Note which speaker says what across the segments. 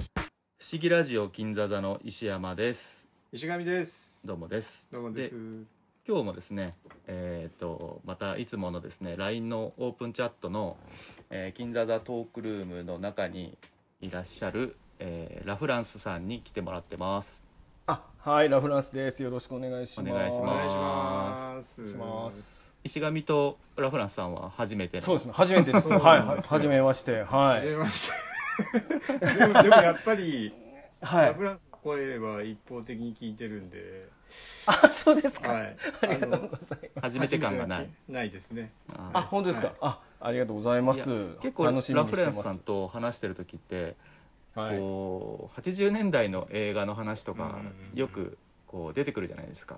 Speaker 1: 不思議ラジオ金座座の石山です
Speaker 2: 石上です。
Speaker 1: どうもです
Speaker 2: どうもです。
Speaker 1: 今日もですねえっ、とまたいつものですね LINE のオープンチャットの、えー金座座トークルームの中にいらっしゃる、えーラフランスさんに来てもらってます
Speaker 3: あはいラフランスですよろしくお願いします
Speaker 1: お願いし
Speaker 2: お願い
Speaker 1: す
Speaker 2: し
Speaker 1: ま
Speaker 2: ます。
Speaker 3: します
Speaker 1: 石上とラフランスさんは初めての
Speaker 3: そうですね初めてですね
Speaker 2: そうな
Speaker 3: は
Speaker 2: ん
Speaker 3: い
Speaker 2: ですよ
Speaker 3: はい初めましては
Speaker 2: はじめ
Speaker 3: い
Speaker 2: まして。でもでもやっぱり、
Speaker 3: は
Speaker 2: ラ
Speaker 3: い
Speaker 2: ブランスの声は一方的に聞いてるんで、
Speaker 3: あそうですか
Speaker 2: はい。
Speaker 3: ありがとう
Speaker 2: あの
Speaker 3: ございます
Speaker 1: 初めて感がない。
Speaker 2: ないですね。
Speaker 1: あー
Speaker 3: あ本当です
Speaker 2: は
Speaker 3: か
Speaker 2: い
Speaker 3: あありがとうございま
Speaker 1: いや
Speaker 3: す
Speaker 1: 結構
Speaker 3: 楽しみ
Speaker 1: ラ
Speaker 3: に
Speaker 1: フ
Speaker 3: して
Speaker 1: ラン
Speaker 3: ま
Speaker 1: スさん
Speaker 3: す
Speaker 1: と話してる時って
Speaker 3: はい
Speaker 1: こう80年代の映画の話とか
Speaker 2: うん
Speaker 1: よくこう出てくるじゃないですか、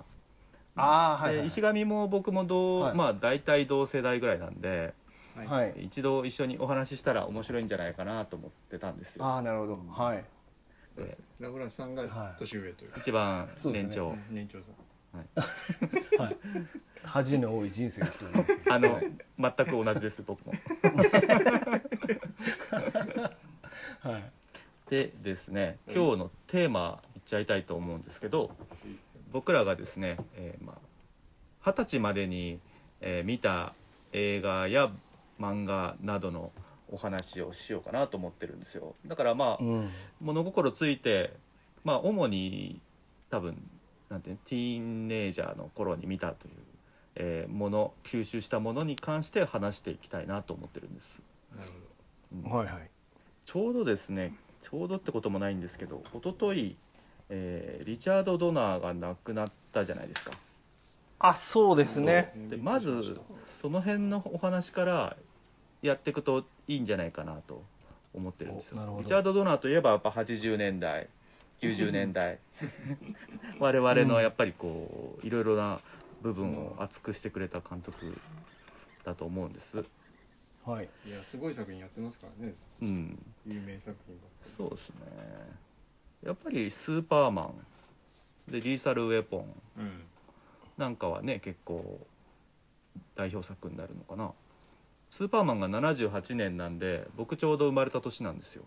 Speaker 3: あーはい
Speaker 1: で
Speaker 3: はい
Speaker 1: 石上も僕も同、
Speaker 3: はい
Speaker 1: まあ大体同世代ぐらいなんで
Speaker 2: は
Speaker 3: はい
Speaker 1: 一度一緒にお話ししたら面白いんじゃないかなと思ってたんですよ
Speaker 3: あーなるほどはい
Speaker 2: そうですねラブランスさんが
Speaker 3: はい
Speaker 2: 年上という。
Speaker 1: 一番
Speaker 3: そうです
Speaker 1: 年
Speaker 3: ね
Speaker 1: 長、
Speaker 2: うん年長さん。
Speaker 3: 恥の多い人生を送っております
Speaker 1: あの全く同じです僕も
Speaker 3: はい
Speaker 1: でですね今日のテーマいっちゃいたいと思うんですけど僕らがですねえーまあ二十、歳までに、えー見た映画や漫画などのお話をしようかなと思ってるんですよだからまあ、
Speaker 3: うん
Speaker 1: 物心ついてまあ主に多分なんていうのティーンネイジャーの頃に見たという、えーもの吸収したものに関して話していきたいなと思ってるんです、
Speaker 2: なるほ
Speaker 1: うん
Speaker 3: はいはい
Speaker 1: ちょうどですねちょうどってこともないんですけど一昨日、えーリチャード・ドナーが亡くなったじゃないですか
Speaker 3: あそうですね
Speaker 1: で
Speaker 2: ど。
Speaker 1: ま
Speaker 2: びっくりし
Speaker 1: ず
Speaker 2: し
Speaker 1: その辺のお話からやっていくといいんじゃないかなと思ってるんですよ
Speaker 3: おなるほど
Speaker 1: リチャード・ドナーといえばやっぱ80年代90年代我々のやっぱりこういろいろな部分を厚くしてくれた監督だと思うんです
Speaker 3: はい
Speaker 2: たいやすごい作品やってますからね。
Speaker 1: うん
Speaker 2: 有名作品ばっかり
Speaker 1: そうですねやっぱり「スーパーマン」で「リーサル・ウェポン
Speaker 2: うん。」
Speaker 1: なんかはね結構代表作になるのかなスーパーマンが78年なんで僕ちょうど生まれた年なんですよ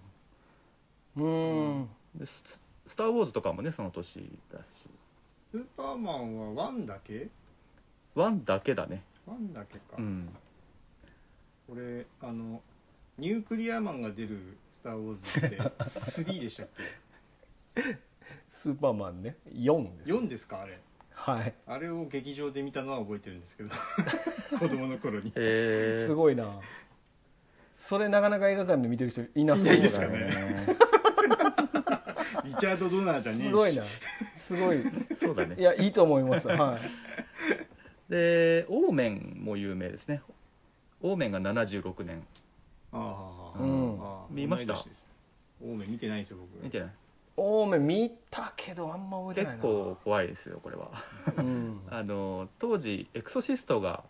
Speaker 3: うーん
Speaker 1: でス「スター・ウォーズ」とかもねその年だし
Speaker 2: スーパーマンはワンだけ？
Speaker 1: 「ワン」だけだね
Speaker 2: ワンだけか。
Speaker 1: うん
Speaker 2: これあのニュークリアマンが出る「スター・ウォーズ」って3でしたっ
Speaker 3: スーパーマンね4で
Speaker 2: け
Speaker 3: す
Speaker 2: 4ですかあれ
Speaker 3: はい
Speaker 2: あれを劇場で見たのは覚えてるんですけど 子供の頃に
Speaker 1: え
Speaker 3: すごいなそれなかなか映画館で見てる人いなそう
Speaker 2: いないですかねリチャード・ドナーじゃねえし
Speaker 3: すごいなすごい
Speaker 1: そうだ
Speaker 3: い
Speaker 1: ね
Speaker 3: やいいと思いますはい
Speaker 1: で「オーメン」も有名ですねオーメンが76年
Speaker 2: ああ、
Speaker 3: うん
Speaker 2: ああ
Speaker 1: 見ました
Speaker 2: 同い年ですオーメン見てないんですよ僕
Speaker 1: 見てない
Speaker 3: 青梅見たけどあんま覚えてない
Speaker 1: 結
Speaker 3: な
Speaker 1: 構怖いですよこれは
Speaker 3: うん
Speaker 1: あの当時「エクソシストが」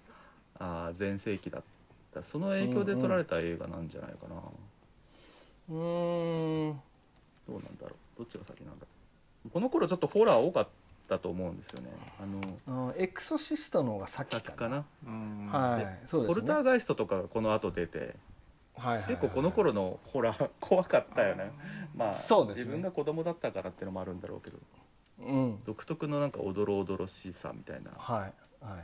Speaker 1: あー全盛期だったその影響で撮られた映画なんじゃないかな、
Speaker 3: うーん
Speaker 1: どうなんだろうどっちが先なんだろうこの頃ちょっとホラー多かったと思うんですよねあの
Speaker 3: あエクソシストの方が先
Speaker 1: 先
Speaker 3: か
Speaker 1: か
Speaker 3: な
Speaker 1: な、
Speaker 2: うん
Speaker 3: はいそう
Speaker 1: ポル
Speaker 3: です
Speaker 1: ター
Speaker 3: ね
Speaker 1: ガイストとかがこの後出て
Speaker 3: 結
Speaker 1: 結構この頃のホラー怖かったよねまあ
Speaker 3: そうですね
Speaker 1: 自分が子供だったからってのもあるんだろうけど
Speaker 3: うん
Speaker 1: 独特のなんかおどろおどろしさみたいな
Speaker 3: はいはいはい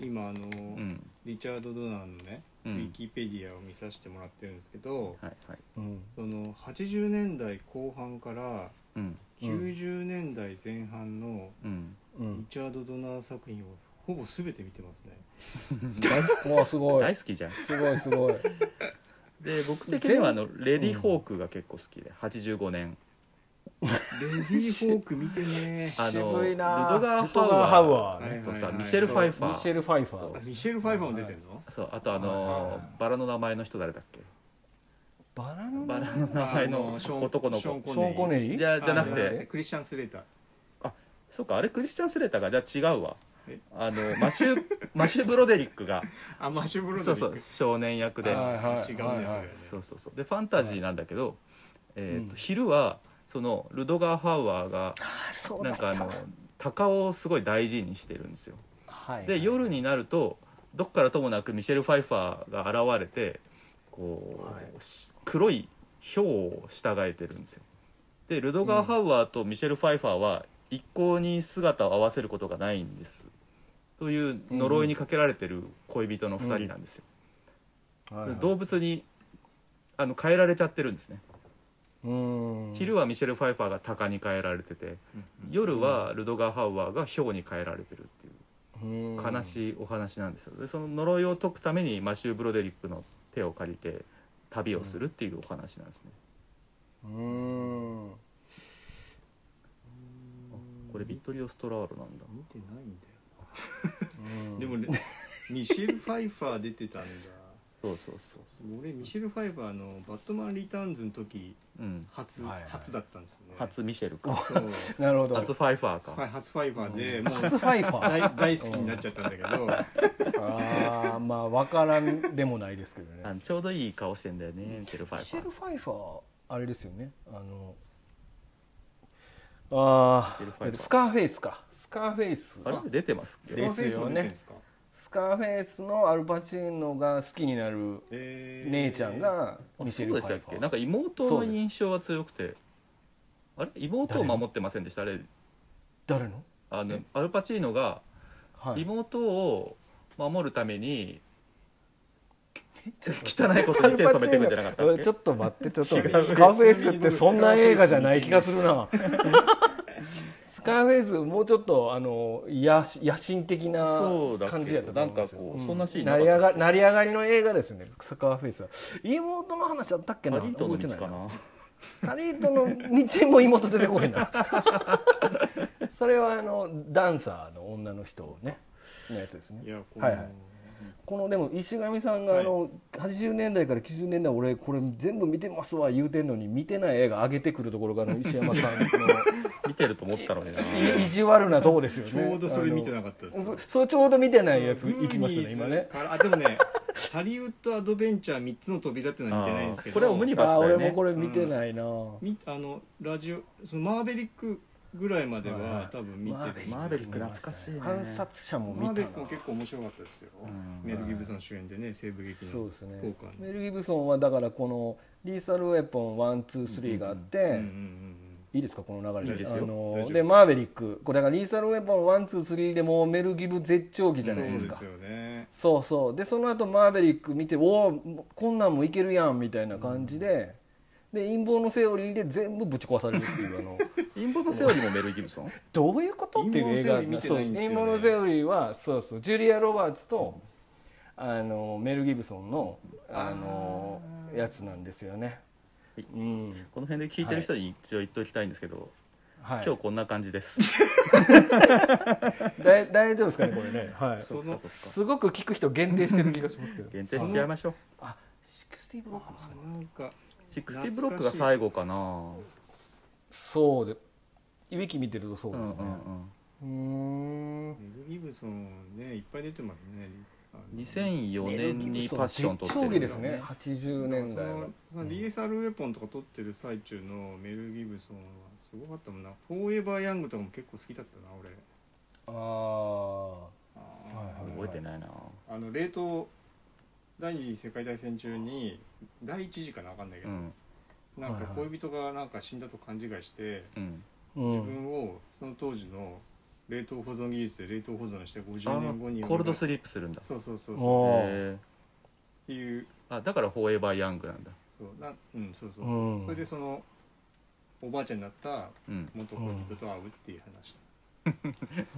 Speaker 2: 今あ
Speaker 1: う
Speaker 2: の、
Speaker 1: ん
Speaker 2: リチャード・ドナーのね、
Speaker 1: う
Speaker 2: ウィ
Speaker 1: ん
Speaker 2: キペディアを見させてもらってるんですけど
Speaker 1: はいはい
Speaker 3: うん
Speaker 2: その80年代後半から
Speaker 1: うん
Speaker 2: 90年代前半の
Speaker 1: うん
Speaker 3: う
Speaker 2: リ
Speaker 3: ん
Speaker 2: チャード・ドナー作品をほぼ全て見てますね
Speaker 3: うわすご
Speaker 1: 大
Speaker 3: い
Speaker 1: 好きじゃん
Speaker 3: すごいすごい
Speaker 1: で僕的にはあのレディ・ホークが結構好きで85年
Speaker 2: レディー・ホーク見てね
Speaker 1: あの
Speaker 3: 渋いな
Speaker 1: ルドガー
Speaker 3: ルドガーハウ
Speaker 1: ハ
Speaker 3: アーね
Speaker 1: と
Speaker 2: はいは
Speaker 1: さ
Speaker 2: いはい
Speaker 1: ミシェル・ファイファ
Speaker 3: ミシェ
Speaker 1: ー
Speaker 3: ル・ファイファ
Speaker 2: あ
Speaker 3: ー
Speaker 2: ミシェル・ファイファーも出てるの
Speaker 1: そうあとあ
Speaker 3: はいはい
Speaker 1: の
Speaker 3: は
Speaker 1: ーバラの名前の人誰だっけ
Speaker 3: バラの
Speaker 1: バラの名前
Speaker 2: あの
Speaker 1: の
Speaker 2: ショーン
Speaker 1: 男の
Speaker 2: ショーン
Speaker 1: 子
Speaker 3: ショーン・コネリー
Speaker 1: じゃじゃなく
Speaker 2: あ
Speaker 1: て
Speaker 2: クリスチャン・スレーター
Speaker 1: そうかあれクリスチャン・スレーターがじゃあ違うわ
Speaker 2: え
Speaker 1: あのマシュ マシュブロデリックが
Speaker 2: あマシュブロデ
Speaker 1: そ
Speaker 2: リ
Speaker 1: う
Speaker 2: ッ
Speaker 1: そう
Speaker 2: ク
Speaker 1: 少年役で
Speaker 3: はいはい
Speaker 2: 違うね
Speaker 3: はい
Speaker 2: そ
Speaker 3: は
Speaker 2: れ
Speaker 3: い
Speaker 1: そうそうそうでファンタジーなんだけどえーと
Speaker 3: うん
Speaker 1: 昼はそのルドガー・ハウアーが
Speaker 3: あそう
Speaker 1: な
Speaker 3: だ
Speaker 1: ん
Speaker 3: っ
Speaker 1: か
Speaker 3: た
Speaker 1: あの鷹をすごい大事にしてるんですよ
Speaker 3: はい
Speaker 1: で夜になるとどっからともなくミシェル・ファイファーが現れてこう、
Speaker 3: はい
Speaker 1: し黒い豹を従えてるんですよでルドガー・ハウアーとミシェル・ファイファーは一向に姿を合わせることがないんですという呪いにかけられてる恋人の2人なんですよ、
Speaker 3: はいはい
Speaker 1: 動物にあの変えられちゃってるんですね、
Speaker 3: うん
Speaker 1: 昼はミシェル・ファイファーが鷹に変えられてて夜はルドガー・ハウアーがヒョウに変えられてるっていう
Speaker 3: うん
Speaker 1: 悲しいお話なんですよでその呪いを解くためにマシュー・ブロデリックの手を借りて旅をするっていうお話なんですね、
Speaker 3: うんは
Speaker 1: これビトリオ・ストラールなんだ
Speaker 2: 見てないんだよ
Speaker 3: い
Speaker 2: でもねミシェル・ファイファー出てたんだ
Speaker 1: そうそうそう
Speaker 2: 俺ミシェル・ファイファーの「バットマン・リターンズ」の時
Speaker 1: うん
Speaker 2: 初、
Speaker 3: はいはい
Speaker 2: 初だったんですよね
Speaker 1: 初ミシェル か
Speaker 2: そう
Speaker 3: なるほど
Speaker 1: 初ファイファー
Speaker 2: は
Speaker 1: か
Speaker 2: い初ファイファーで、も
Speaker 3: 初
Speaker 2: う
Speaker 3: ファイファ
Speaker 2: 大大好きになっちゃったんだけど、
Speaker 3: ーああまあ分からんでもないですけどね
Speaker 1: あのちょうどいい顔してんだよねミシェル・ファ
Speaker 3: ミシ
Speaker 1: イ
Speaker 3: ェ
Speaker 1: ファー
Speaker 3: ル・
Speaker 1: ミ
Speaker 3: ファイファーあれですよねあのあ
Speaker 1: ミシェルファイファー
Speaker 3: あスカーフェイスかスカーフェイス
Speaker 1: あれ出てますっ
Speaker 2: ス
Speaker 1: け
Speaker 2: カーフ
Speaker 3: です
Speaker 2: ェイス
Speaker 3: よ
Speaker 2: も出
Speaker 3: ね
Speaker 2: てんですか
Speaker 3: スカーフェイスのアルパチーノが好きになる
Speaker 2: えー
Speaker 3: 姉ちゃんが
Speaker 1: あ
Speaker 3: ミシ
Speaker 1: そ
Speaker 3: ェル・
Speaker 1: う
Speaker 3: ファ
Speaker 1: で
Speaker 3: イ
Speaker 1: し
Speaker 3: フ
Speaker 1: た
Speaker 3: ァ
Speaker 1: っ
Speaker 3: ー
Speaker 1: けなんか妹の印象は強くてあれ妹を守ってませんでしたあれ
Speaker 3: 誰の、
Speaker 1: あの
Speaker 3: え
Speaker 1: アルパチーノが
Speaker 3: はい、
Speaker 1: 妹を守るために
Speaker 3: ちょっと
Speaker 1: 汚いことに手染めてくんじゃなかったっ け
Speaker 3: ちょっと待ってちょっと待って
Speaker 1: 違う
Speaker 3: スカーフェイスってそんな映画じゃない気がするなスカーフェイスもうちょっとあの野野心的な
Speaker 1: そうだけど
Speaker 3: 感じやったと思いますよ
Speaker 1: なんかこう
Speaker 3: う
Speaker 1: そんなシーンな
Speaker 3: 成
Speaker 1: かった
Speaker 3: り上が成り上がりの映画ですねスカーフェイスは妹の話あったっけな
Speaker 1: パリートの道か
Speaker 3: 覚
Speaker 1: な
Speaker 3: えてないなカリートの道も妹出てこへ んなそれはあのダンサーの女の人をねのやつですね
Speaker 2: いやこの、
Speaker 3: はいはいこのでも石上さんがあの、80年代から90年代俺これ全部見てますわ言うてんのに見てない映画上げてくるとこ ろがあの石山さんの
Speaker 1: 見てると思ったのにな
Speaker 3: 意地悪なとこですよね
Speaker 2: ちょうどそれ見てなかったです
Speaker 3: あのそそれちょうど見てないやついきましたね今ね
Speaker 2: からあでもね 「ハリウッド・アドベンチャー3つの扉」ってのは見てないんですけ
Speaker 1: あーこ
Speaker 2: ど
Speaker 1: れはオムニバー
Speaker 3: あ
Speaker 1: ス
Speaker 3: あ
Speaker 1: だ
Speaker 3: 俺
Speaker 1: よね
Speaker 3: もこれ見てないな、
Speaker 2: みあのラジオそのマーベリックぐらいまでは、
Speaker 3: はいはい
Speaker 2: 多分見て
Speaker 3: マーベ
Speaker 2: る
Speaker 3: リック
Speaker 1: マーベリック懐かしいね
Speaker 3: 暗殺者も見
Speaker 2: マー
Speaker 3: た
Speaker 2: ベリ
Speaker 3: な
Speaker 2: ックも結構面白かったですよ、
Speaker 1: うん
Speaker 2: メル・ギブソン主演でね西部劇
Speaker 3: そう
Speaker 2: の
Speaker 3: ですね
Speaker 2: 効果ね
Speaker 3: メル・ギブソンはだからこの「リーサル・ウェポン123」があって、
Speaker 2: うんうんうん
Speaker 3: いいですかこの流れで
Speaker 1: いいです
Speaker 3: あ
Speaker 1: よ
Speaker 2: 大
Speaker 3: の
Speaker 2: 丈夫
Speaker 3: でマーベリックこれだから「リーサル・ウェポン123」でもうメル・ギブ絶頂期じゃないですか
Speaker 2: そうですよね
Speaker 3: そうそうでその後マーベリック見ておおこんなんもいけるやんみたいな感じで、で陰謀のセオリーで全部ぶち壊されるっていうあの
Speaker 1: 陰謀のセオリーもメル・ギブソン
Speaker 3: どういうことっていう映画
Speaker 2: 陰謀のセオリー見て
Speaker 3: そう
Speaker 2: ないんです
Speaker 3: 陰
Speaker 2: よね
Speaker 3: 謀のセオリーはそうそうジュリア・ロバーツと、あのメル・ギブソンのあのやつなんですよね
Speaker 1: はい
Speaker 3: うん
Speaker 1: この辺で聞いてる人に一応言っておきたいんですけど、
Speaker 3: はい
Speaker 1: 今日こんな感じです、
Speaker 3: だ大丈夫ですかねこれ ね、はい、
Speaker 2: その
Speaker 1: そっか
Speaker 3: すごく聞く人限定してる気がします けど
Speaker 1: 限定しちゃいましょう
Speaker 3: あシックスティーブ・ロックですかね
Speaker 2: なんか
Speaker 1: シックスティブロックが最後かな
Speaker 3: そうでいびき見てるとそう
Speaker 1: う
Speaker 3: で
Speaker 1: んうん
Speaker 3: す
Speaker 1: うん
Speaker 3: ねうーん
Speaker 2: メル・ギブソンねいっぱい出てますねあの
Speaker 1: 2004年にパッション撮って
Speaker 3: 超
Speaker 1: る
Speaker 3: 期ですね80年代は
Speaker 2: そのリーサルウェポンとか撮ってる最中のメル・ギブソンはすごかったもんな「フォーエバー・ヤング」とかも結構好きだったな俺あ,、
Speaker 3: あはいはい
Speaker 1: 覚えてないな
Speaker 2: あの冷凍第二次世界大戦中に第一次かな分かんないけ
Speaker 1: う
Speaker 2: ど、
Speaker 1: ん
Speaker 2: なんか
Speaker 3: はいはい
Speaker 2: 恋人がなんか死んだと勘違いして、
Speaker 1: うん
Speaker 3: あ、う
Speaker 2: 自
Speaker 3: ん、
Speaker 2: 分をその当時の冷凍保存技術で冷凍保存して
Speaker 1: あ
Speaker 2: 50年後に
Speaker 1: ーコールド
Speaker 2: リ
Speaker 1: スリープするんだ
Speaker 2: そうそうそう
Speaker 3: お
Speaker 2: そう
Speaker 3: ー
Speaker 1: へ
Speaker 2: っていう
Speaker 1: ーあだから「フォーエバー・ヤング」なんだ
Speaker 2: そうなうんそうそう、
Speaker 3: うん
Speaker 2: それでそのおばあちゃんになった
Speaker 1: うん
Speaker 2: 元恋人と会うっていう話、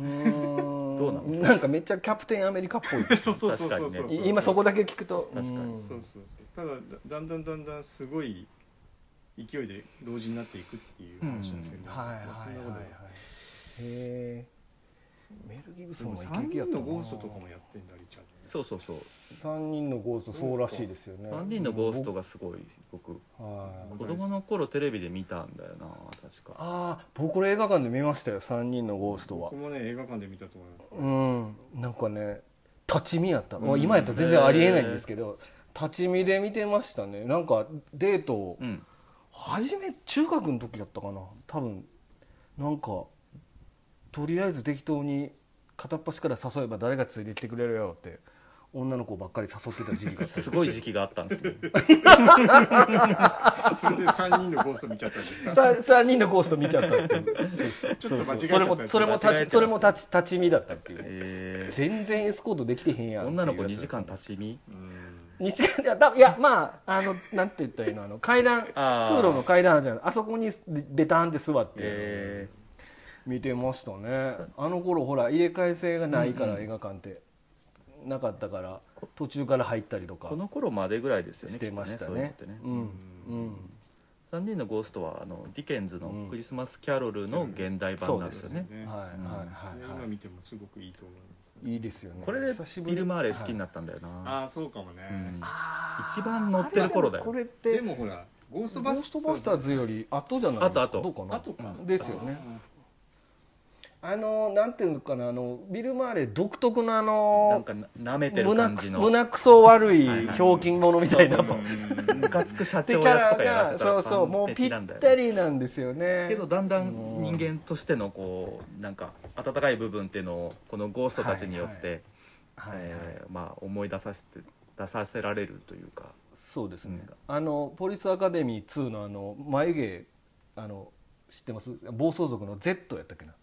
Speaker 1: ど
Speaker 3: ど
Speaker 1: うなんです
Speaker 3: なんかめっちゃキャプテンアメリカっぽい
Speaker 2: そうそうそうそうそう
Speaker 1: 確かに
Speaker 3: い今そこだけ聞くと
Speaker 1: 確かに
Speaker 3: うん
Speaker 2: そうそうそうただだんだんだんだんすごい勢いで老人になっていくっていう話なんですけど、
Speaker 3: はいはい
Speaker 2: まあそんな
Speaker 3: はい
Speaker 2: こ
Speaker 3: は
Speaker 2: とで
Speaker 3: いへえメル・ギブ
Speaker 2: で
Speaker 3: ソン
Speaker 2: も
Speaker 3: はイ
Speaker 2: 3
Speaker 3: ケイケや
Speaker 2: 人
Speaker 3: った
Speaker 2: の
Speaker 3: な
Speaker 2: ゴーストとかもやってんだりちゃん
Speaker 1: そうそうそう
Speaker 3: 三人のゴーストそうらしいですよね
Speaker 1: 3人のゴーストがすごい僕
Speaker 3: はい
Speaker 1: 子供の頃テレビで見たんだよな確か
Speaker 3: ああ僕これ映画館で見ましたよ三人のゴーストは
Speaker 2: 僕もね映画館で見たと思います
Speaker 3: うんなんかね立ち見やった、
Speaker 1: ん
Speaker 3: もう今やったら全然ありえないんですけど立ち見で見てましたねなんかデートを
Speaker 1: うん
Speaker 3: 初め中学の時だったかな多分なんかとりあえず適当に片っ端から誘えば誰がついてきてくれるよって女の子ばっかり誘ってた時期 があった
Speaker 1: すごい時期があったんです ね
Speaker 2: それで三人のゴースト見ちゃったんですか。
Speaker 3: さ3人のコースと見ちゃったっていう
Speaker 2: ちょっと間違えちゃった
Speaker 3: それもそれも
Speaker 1: 間違えちゃった
Speaker 3: 立ちそれも立ち立ち見だったっていう
Speaker 1: え
Speaker 3: 全然エスコートできてへんや
Speaker 1: ー
Speaker 3: ん
Speaker 1: 女の子2時間立ち見
Speaker 2: うん
Speaker 3: 2時間いやだいやまああのなんて言ったらいいのあの階段通
Speaker 1: あー
Speaker 3: 路の階段あるじゃないあそこにベタンって座って、
Speaker 1: え
Speaker 3: 見てましたねあの頃ほら入れ替え制がないから、映画館ってなかったから途中から入ったりと
Speaker 1: ー
Speaker 3: か
Speaker 1: この頃までぐらいですよね
Speaker 3: してましたね
Speaker 1: きっとね
Speaker 3: う
Speaker 1: そういうのってね
Speaker 3: んうん
Speaker 1: 3人のゴーストはあのディケンズの「クリスマス・キャロル」の現代版なんですよね
Speaker 2: うん
Speaker 3: はいはいはい
Speaker 2: 今
Speaker 3: は
Speaker 2: 見てもすごくいいと思います。
Speaker 3: いいいですよね
Speaker 1: これで
Speaker 3: 久しぶ
Speaker 1: ビ
Speaker 3: り
Speaker 1: ル・マーレ好きに
Speaker 3: は
Speaker 1: なったんだよな
Speaker 2: ああそうかも
Speaker 1: う
Speaker 2: ね
Speaker 1: ん。
Speaker 3: い
Speaker 1: 一番乗ってる頃だよ
Speaker 3: あれでもこれっ
Speaker 2: で
Speaker 3: て
Speaker 2: もほらゴース
Speaker 3: ゴ
Speaker 2: トバ
Speaker 3: ー
Speaker 2: ス
Speaker 3: ストバスター
Speaker 2: ズ
Speaker 3: ズより後じゃないですか
Speaker 1: 後後
Speaker 3: どうかな
Speaker 2: あとか
Speaker 3: ですよね
Speaker 2: うん
Speaker 3: あのなんていうのかなあのビル・マーレ独特のあ
Speaker 1: なん
Speaker 3: の
Speaker 1: かなめてる
Speaker 3: 胸
Speaker 1: 感
Speaker 3: く
Speaker 1: じ
Speaker 3: そ
Speaker 1: の
Speaker 3: 胸くそ悪い
Speaker 1: はいはい
Speaker 3: ひょうきん者みたいな
Speaker 1: そうそう
Speaker 2: うん
Speaker 1: ムカつく社
Speaker 3: で
Speaker 1: 長
Speaker 3: キ
Speaker 1: 役
Speaker 3: ャ
Speaker 1: とかやら
Speaker 3: ラ
Speaker 1: せ
Speaker 3: が
Speaker 1: たら
Speaker 3: そうそうもう
Speaker 1: 完
Speaker 3: ぴ
Speaker 1: 璧
Speaker 3: っ
Speaker 1: なんだよ
Speaker 3: たりなんですよね
Speaker 1: けどだんだん人間としてのこうなんか温かい部分っていうのをこのゴーストたちによって
Speaker 3: はいはい
Speaker 1: えーまあ思い出させて出させられるというか
Speaker 3: そうですね、
Speaker 1: うん
Speaker 3: あのポリスアカデミー2のあの眉毛あの知ってます暴走族の Z やったっけない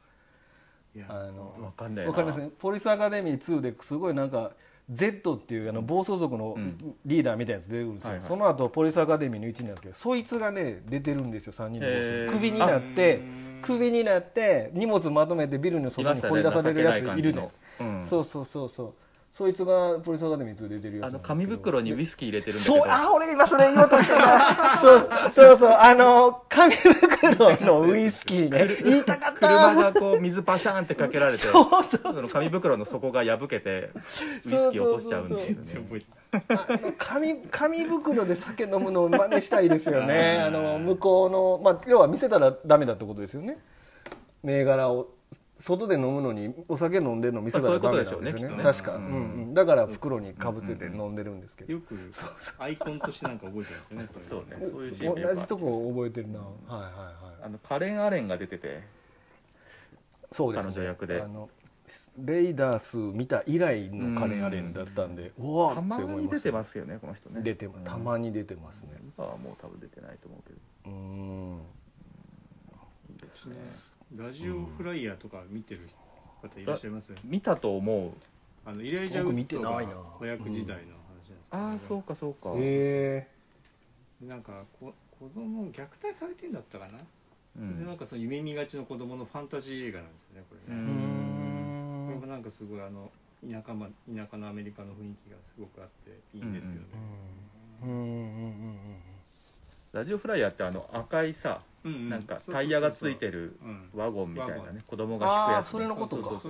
Speaker 2: や
Speaker 3: あ
Speaker 1: わ
Speaker 3: の
Speaker 1: かんないな
Speaker 3: わかりますねポリスアカデミー2ですごいなんか Z っていうあの暴走族の
Speaker 1: うん
Speaker 3: リーダーみたいなやつ出てくるんですよ、
Speaker 1: はいはい
Speaker 3: その後ポリスアカデミーの1になるんですけどそいつがね出てるんですよ3人の暴走
Speaker 1: へー
Speaker 3: 族クビになって
Speaker 2: あ
Speaker 3: クビになって荷物まとめてビルの
Speaker 1: い
Speaker 3: 外
Speaker 1: ま
Speaker 3: に
Speaker 1: した
Speaker 3: 掘り出されるやついるじゃないですか
Speaker 1: 情けない感じのうん
Speaker 3: そうそうそうそうそいつがポリスアカデミー2出てるや
Speaker 1: あ
Speaker 3: つ
Speaker 1: の
Speaker 3: なんですけ
Speaker 1: 紙
Speaker 3: ど
Speaker 1: 袋にウイスキー入れてるんだけ
Speaker 3: そう
Speaker 1: ど
Speaker 3: あ俺今それ言おうとしたなそうそうそうあの紙袋のウイスキーね言いたかった
Speaker 1: 車がこう水パシャーンってかけられてそ
Speaker 3: そうそう
Speaker 1: の紙袋の底が破けてウイスキー落としちゃうんですよね
Speaker 2: 全然覚えてない
Speaker 3: あの紙紙袋で酒飲むのを真似したいです よね
Speaker 2: あー
Speaker 3: あの向こうの、まあ、要は見せたらダメだってことですよね銘柄を外で飲むのにお酒飲んでるの見せたらダメなんですよ
Speaker 1: まあそういうことでしょうねきっ
Speaker 3: ね,、
Speaker 1: とね
Speaker 3: 確か、
Speaker 1: う
Speaker 3: うんんうんだから袋にかぶせて飲んでるんですけど、
Speaker 2: よくアイコンとしてなんか覚えてますよね
Speaker 1: そう
Speaker 2: れ
Speaker 1: ねそういうシーンもやっぱ
Speaker 3: 同じとこ覚えてるな、はいはいはい
Speaker 1: あのカレン・アレンが出てて
Speaker 3: そうです、ね、
Speaker 1: 彼女役で
Speaker 3: あのレイダース見た以来のカレン・アレンだったんで、うわ
Speaker 1: たま
Speaker 3: ーって思い
Speaker 1: に
Speaker 3: ま
Speaker 1: 出
Speaker 3: した
Speaker 1: てますよねこの人ね
Speaker 3: 出てたまに出てますね
Speaker 1: 今はもう多分出てないと思うけど
Speaker 3: うーん
Speaker 1: いいです
Speaker 2: ね
Speaker 1: ね
Speaker 2: ラジオフライヤーとか見てる方いらっしゃいます
Speaker 1: 見たと思う
Speaker 2: あのイレイジャウッドが
Speaker 3: 僕見てないな
Speaker 2: 子役時代の話なんですけど
Speaker 1: ああそうかそうか、
Speaker 3: へ
Speaker 2: なんかこ子供を虐待されてんだったかな、
Speaker 1: う
Speaker 2: でなん
Speaker 1: ん、
Speaker 2: かその夢見がちの子供のファンタジー映画なんですよねこれ
Speaker 1: う
Speaker 2: ね、
Speaker 3: えうーん
Speaker 2: これもなんかすごいあの田舎,、ま、田舎のアメリカの雰囲気がすごくあっていいんですよね、
Speaker 3: うんうんうん
Speaker 1: ラジオフライヤーってあの赤いさ
Speaker 2: うう
Speaker 1: なんかタイヤがついてる
Speaker 2: うん
Speaker 1: ワゴンみたいな
Speaker 2: ワゴ
Speaker 1: ね子供が引くやつ、ね、
Speaker 3: あーそれのことか
Speaker 1: そうそう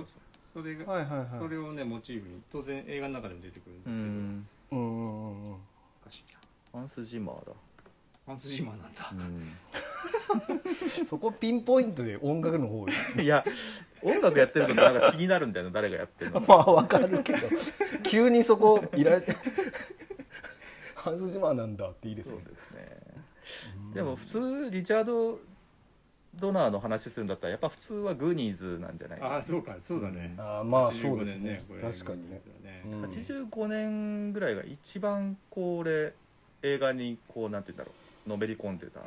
Speaker 1: そう
Speaker 2: それ
Speaker 3: うん
Speaker 2: が、
Speaker 3: はいはいはい
Speaker 2: それをねモチーフに当然映画の中でも出てくるんで
Speaker 1: うん
Speaker 2: すけど、
Speaker 3: うんうんうんうん
Speaker 2: おかしいな
Speaker 1: アンスジマーだ、
Speaker 2: ファンスジーマンなんだ、
Speaker 3: そこピンポイントで音楽の方 に
Speaker 1: いや音楽やってるとなんか気になるんだよな誰がやってるのか
Speaker 3: まあわかるけど急にそこいらハンスジマーなんだっていいです
Speaker 1: そう
Speaker 3: ね
Speaker 1: ですねでも普通リチャード・ドナーの話するんだったらやっぱ普通はグーニーズなんじゃない
Speaker 2: ああそうかそうだね、
Speaker 3: あーまあそう
Speaker 2: 85
Speaker 3: です
Speaker 2: 年
Speaker 3: ね
Speaker 2: これ
Speaker 3: 確かにねうん
Speaker 1: 85年ぐらいが一番これ映画にこうなんて言うんだろうのめり込んでたな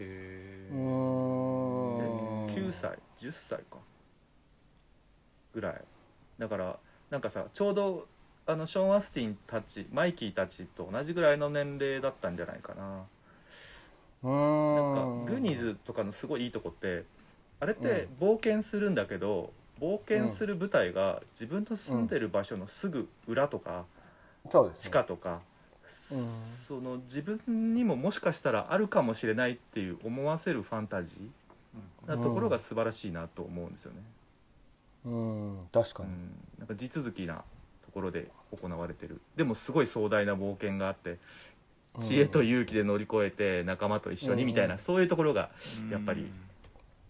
Speaker 2: へ
Speaker 1: で
Speaker 2: ー
Speaker 3: うーん
Speaker 1: 9歳10歳かぐらいだからなんかさちょうどあのショーン・アスティンたちマイキーたちと同じぐらいの年齢だったんじゃないかななんか
Speaker 3: なん
Speaker 1: グーニーズとかのすごいいいとこってあれって冒険するんだけど冒険する舞台が自分の住んでる場所のすぐ裏とか
Speaker 3: そうです
Speaker 1: 地
Speaker 3: ね
Speaker 1: 下とか、
Speaker 3: うん
Speaker 1: その自分にももしかしたらあるかもしれないっていう思わせるファンタジーなところが素晴らしいなと思うんですよね、
Speaker 3: うん確
Speaker 1: う
Speaker 3: か
Speaker 1: ん
Speaker 3: に、
Speaker 1: なんか地続きなところで行われてるでもすごい壮大な冒険があって知恵と勇気で乗り越えて仲間と一緒にみたいな、
Speaker 3: うん
Speaker 1: そういうところが
Speaker 2: うん
Speaker 1: やっぱり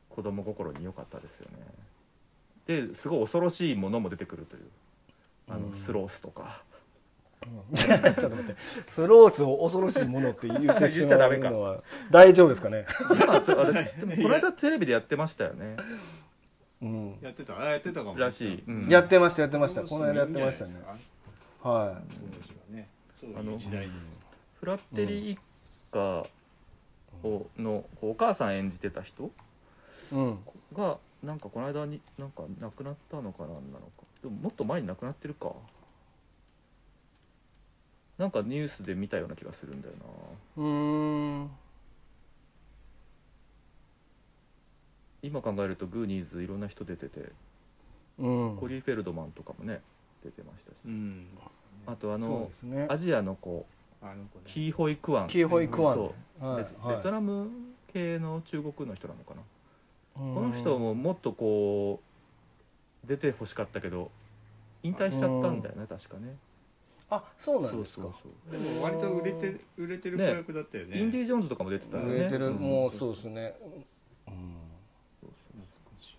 Speaker 1: 子供心に良かったですよねですごい恐ろしいものも出てくるというあの、
Speaker 3: うん
Speaker 1: スロースとか
Speaker 3: うんちょっと待ってスロースを恐ろしいものって言ってし
Speaker 1: 言っちゃダ
Speaker 3: まう
Speaker 1: メか
Speaker 3: のは大丈夫ですかね、
Speaker 1: 今とあれ でもこの間テレビでやってましたよね
Speaker 3: うん、
Speaker 2: やってたあやってたかも
Speaker 1: らしい、うん
Speaker 3: やってましたやってましたこの間やってましたね
Speaker 2: いいんじゃないですか
Speaker 3: は
Speaker 2: 当時はねそう
Speaker 1: あ
Speaker 2: い
Speaker 1: の
Speaker 2: う時代ですよ
Speaker 1: フラッテリ一家をのこうお母さん演じてた人
Speaker 3: い、うん、
Speaker 1: がなんかこの間になんか亡くなったのかなんなのかでももっと前に亡くなってるかなんかニュースで見たような気がするんだよな
Speaker 3: うーん
Speaker 1: 今考えるとグーニーズいろんな人出てて
Speaker 3: うん
Speaker 1: コリー・フェルドマンとかもね出てましたし、
Speaker 2: うん
Speaker 1: あとあ
Speaker 3: そう
Speaker 1: の
Speaker 3: ですね
Speaker 1: アジアの子
Speaker 2: あの子ね
Speaker 1: キーホイ・クワン
Speaker 3: キーホイクワンね
Speaker 1: そう
Speaker 3: はい
Speaker 1: ベト
Speaker 3: はい
Speaker 1: ベトナム系の中国の人なのかなこ
Speaker 3: こ
Speaker 1: の人ももっとこう出てほしかったけど引退しちゃったんだよね確かね
Speaker 3: あそうなんですか
Speaker 1: そうそう
Speaker 2: でも割と売れて売れてる子役だったよ
Speaker 1: そう
Speaker 2: ね
Speaker 1: インディ・ジョーンズとかも出てたよね
Speaker 3: 売れてる、
Speaker 1: うん
Speaker 3: もうそうですね、う
Speaker 1: そ
Speaker 3: ん
Speaker 1: うそう
Speaker 2: 懐かしい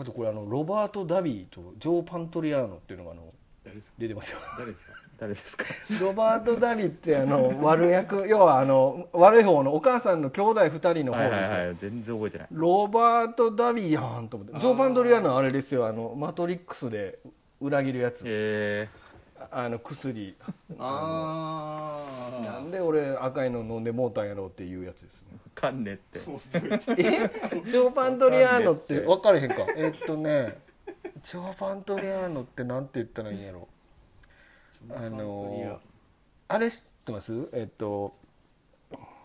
Speaker 3: あとこれあのロバート・ダビーとジョー・パントリアーノっていうのがあの
Speaker 2: 誰ですか
Speaker 3: 出 てますよ
Speaker 2: 誰ですか
Speaker 1: 誰です か
Speaker 3: ロバート・ダビーってあの 悪役要はあの悪い方のお母さんの兄弟2人の
Speaker 1: は
Speaker 3: 方
Speaker 1: い
Speaker 3: ですよ、
Speaker 1: はいはい全然覚えてない
Speaker 3: ロバート・ダビーやんと思ってジョー・パントリアーノあれですよあのマトリックスで裏切るやつ
Speaker 1: え
Speaker 3: ああの薬な
Speaker 2: あ
Speaker 3: んで俺赤いの飲んでもうたんやろうっていうやつですね
Speaker 1: ー、カンネって
Speaker 3: え ジョー・パントリアーノって
Speaker 1: わ
Speaker 3: 分からへんかえっとねジョー・パントリアーノってなんて言ったらいいんやろあのあれ知ってますえっと、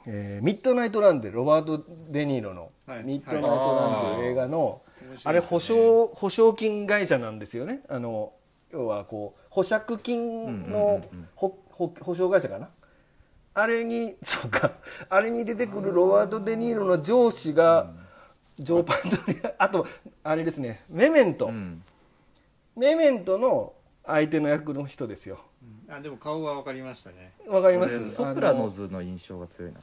Speaker 3: えーミッドナイト・ランデ」ロバート・デ・ニーロの「
Speaker 2: はい
Speaker 3: ミッドナイト・ランデ」映画の、あれ保
Speaker 2: 証
Speaker 3: 証保証金会社なんですよねあの要はこう保釈金の
Speaker 1: うんうんうんうん
Speaker 3: ほほ保証会社かなあれにそうかあれに出てくるロバート・デ・ニーロの上司がジョー・パントリアあとあれですねメメント、
Speaker 1: うん
Speaker 3: メメントの相手の役の人ですよ
Speaker 2: あでも顔は分かりましたね
Speaker 3: わかりま
Speaker 1: 俺
Speaker 3: す
Speaker 1: ソプラノズの印象が強いな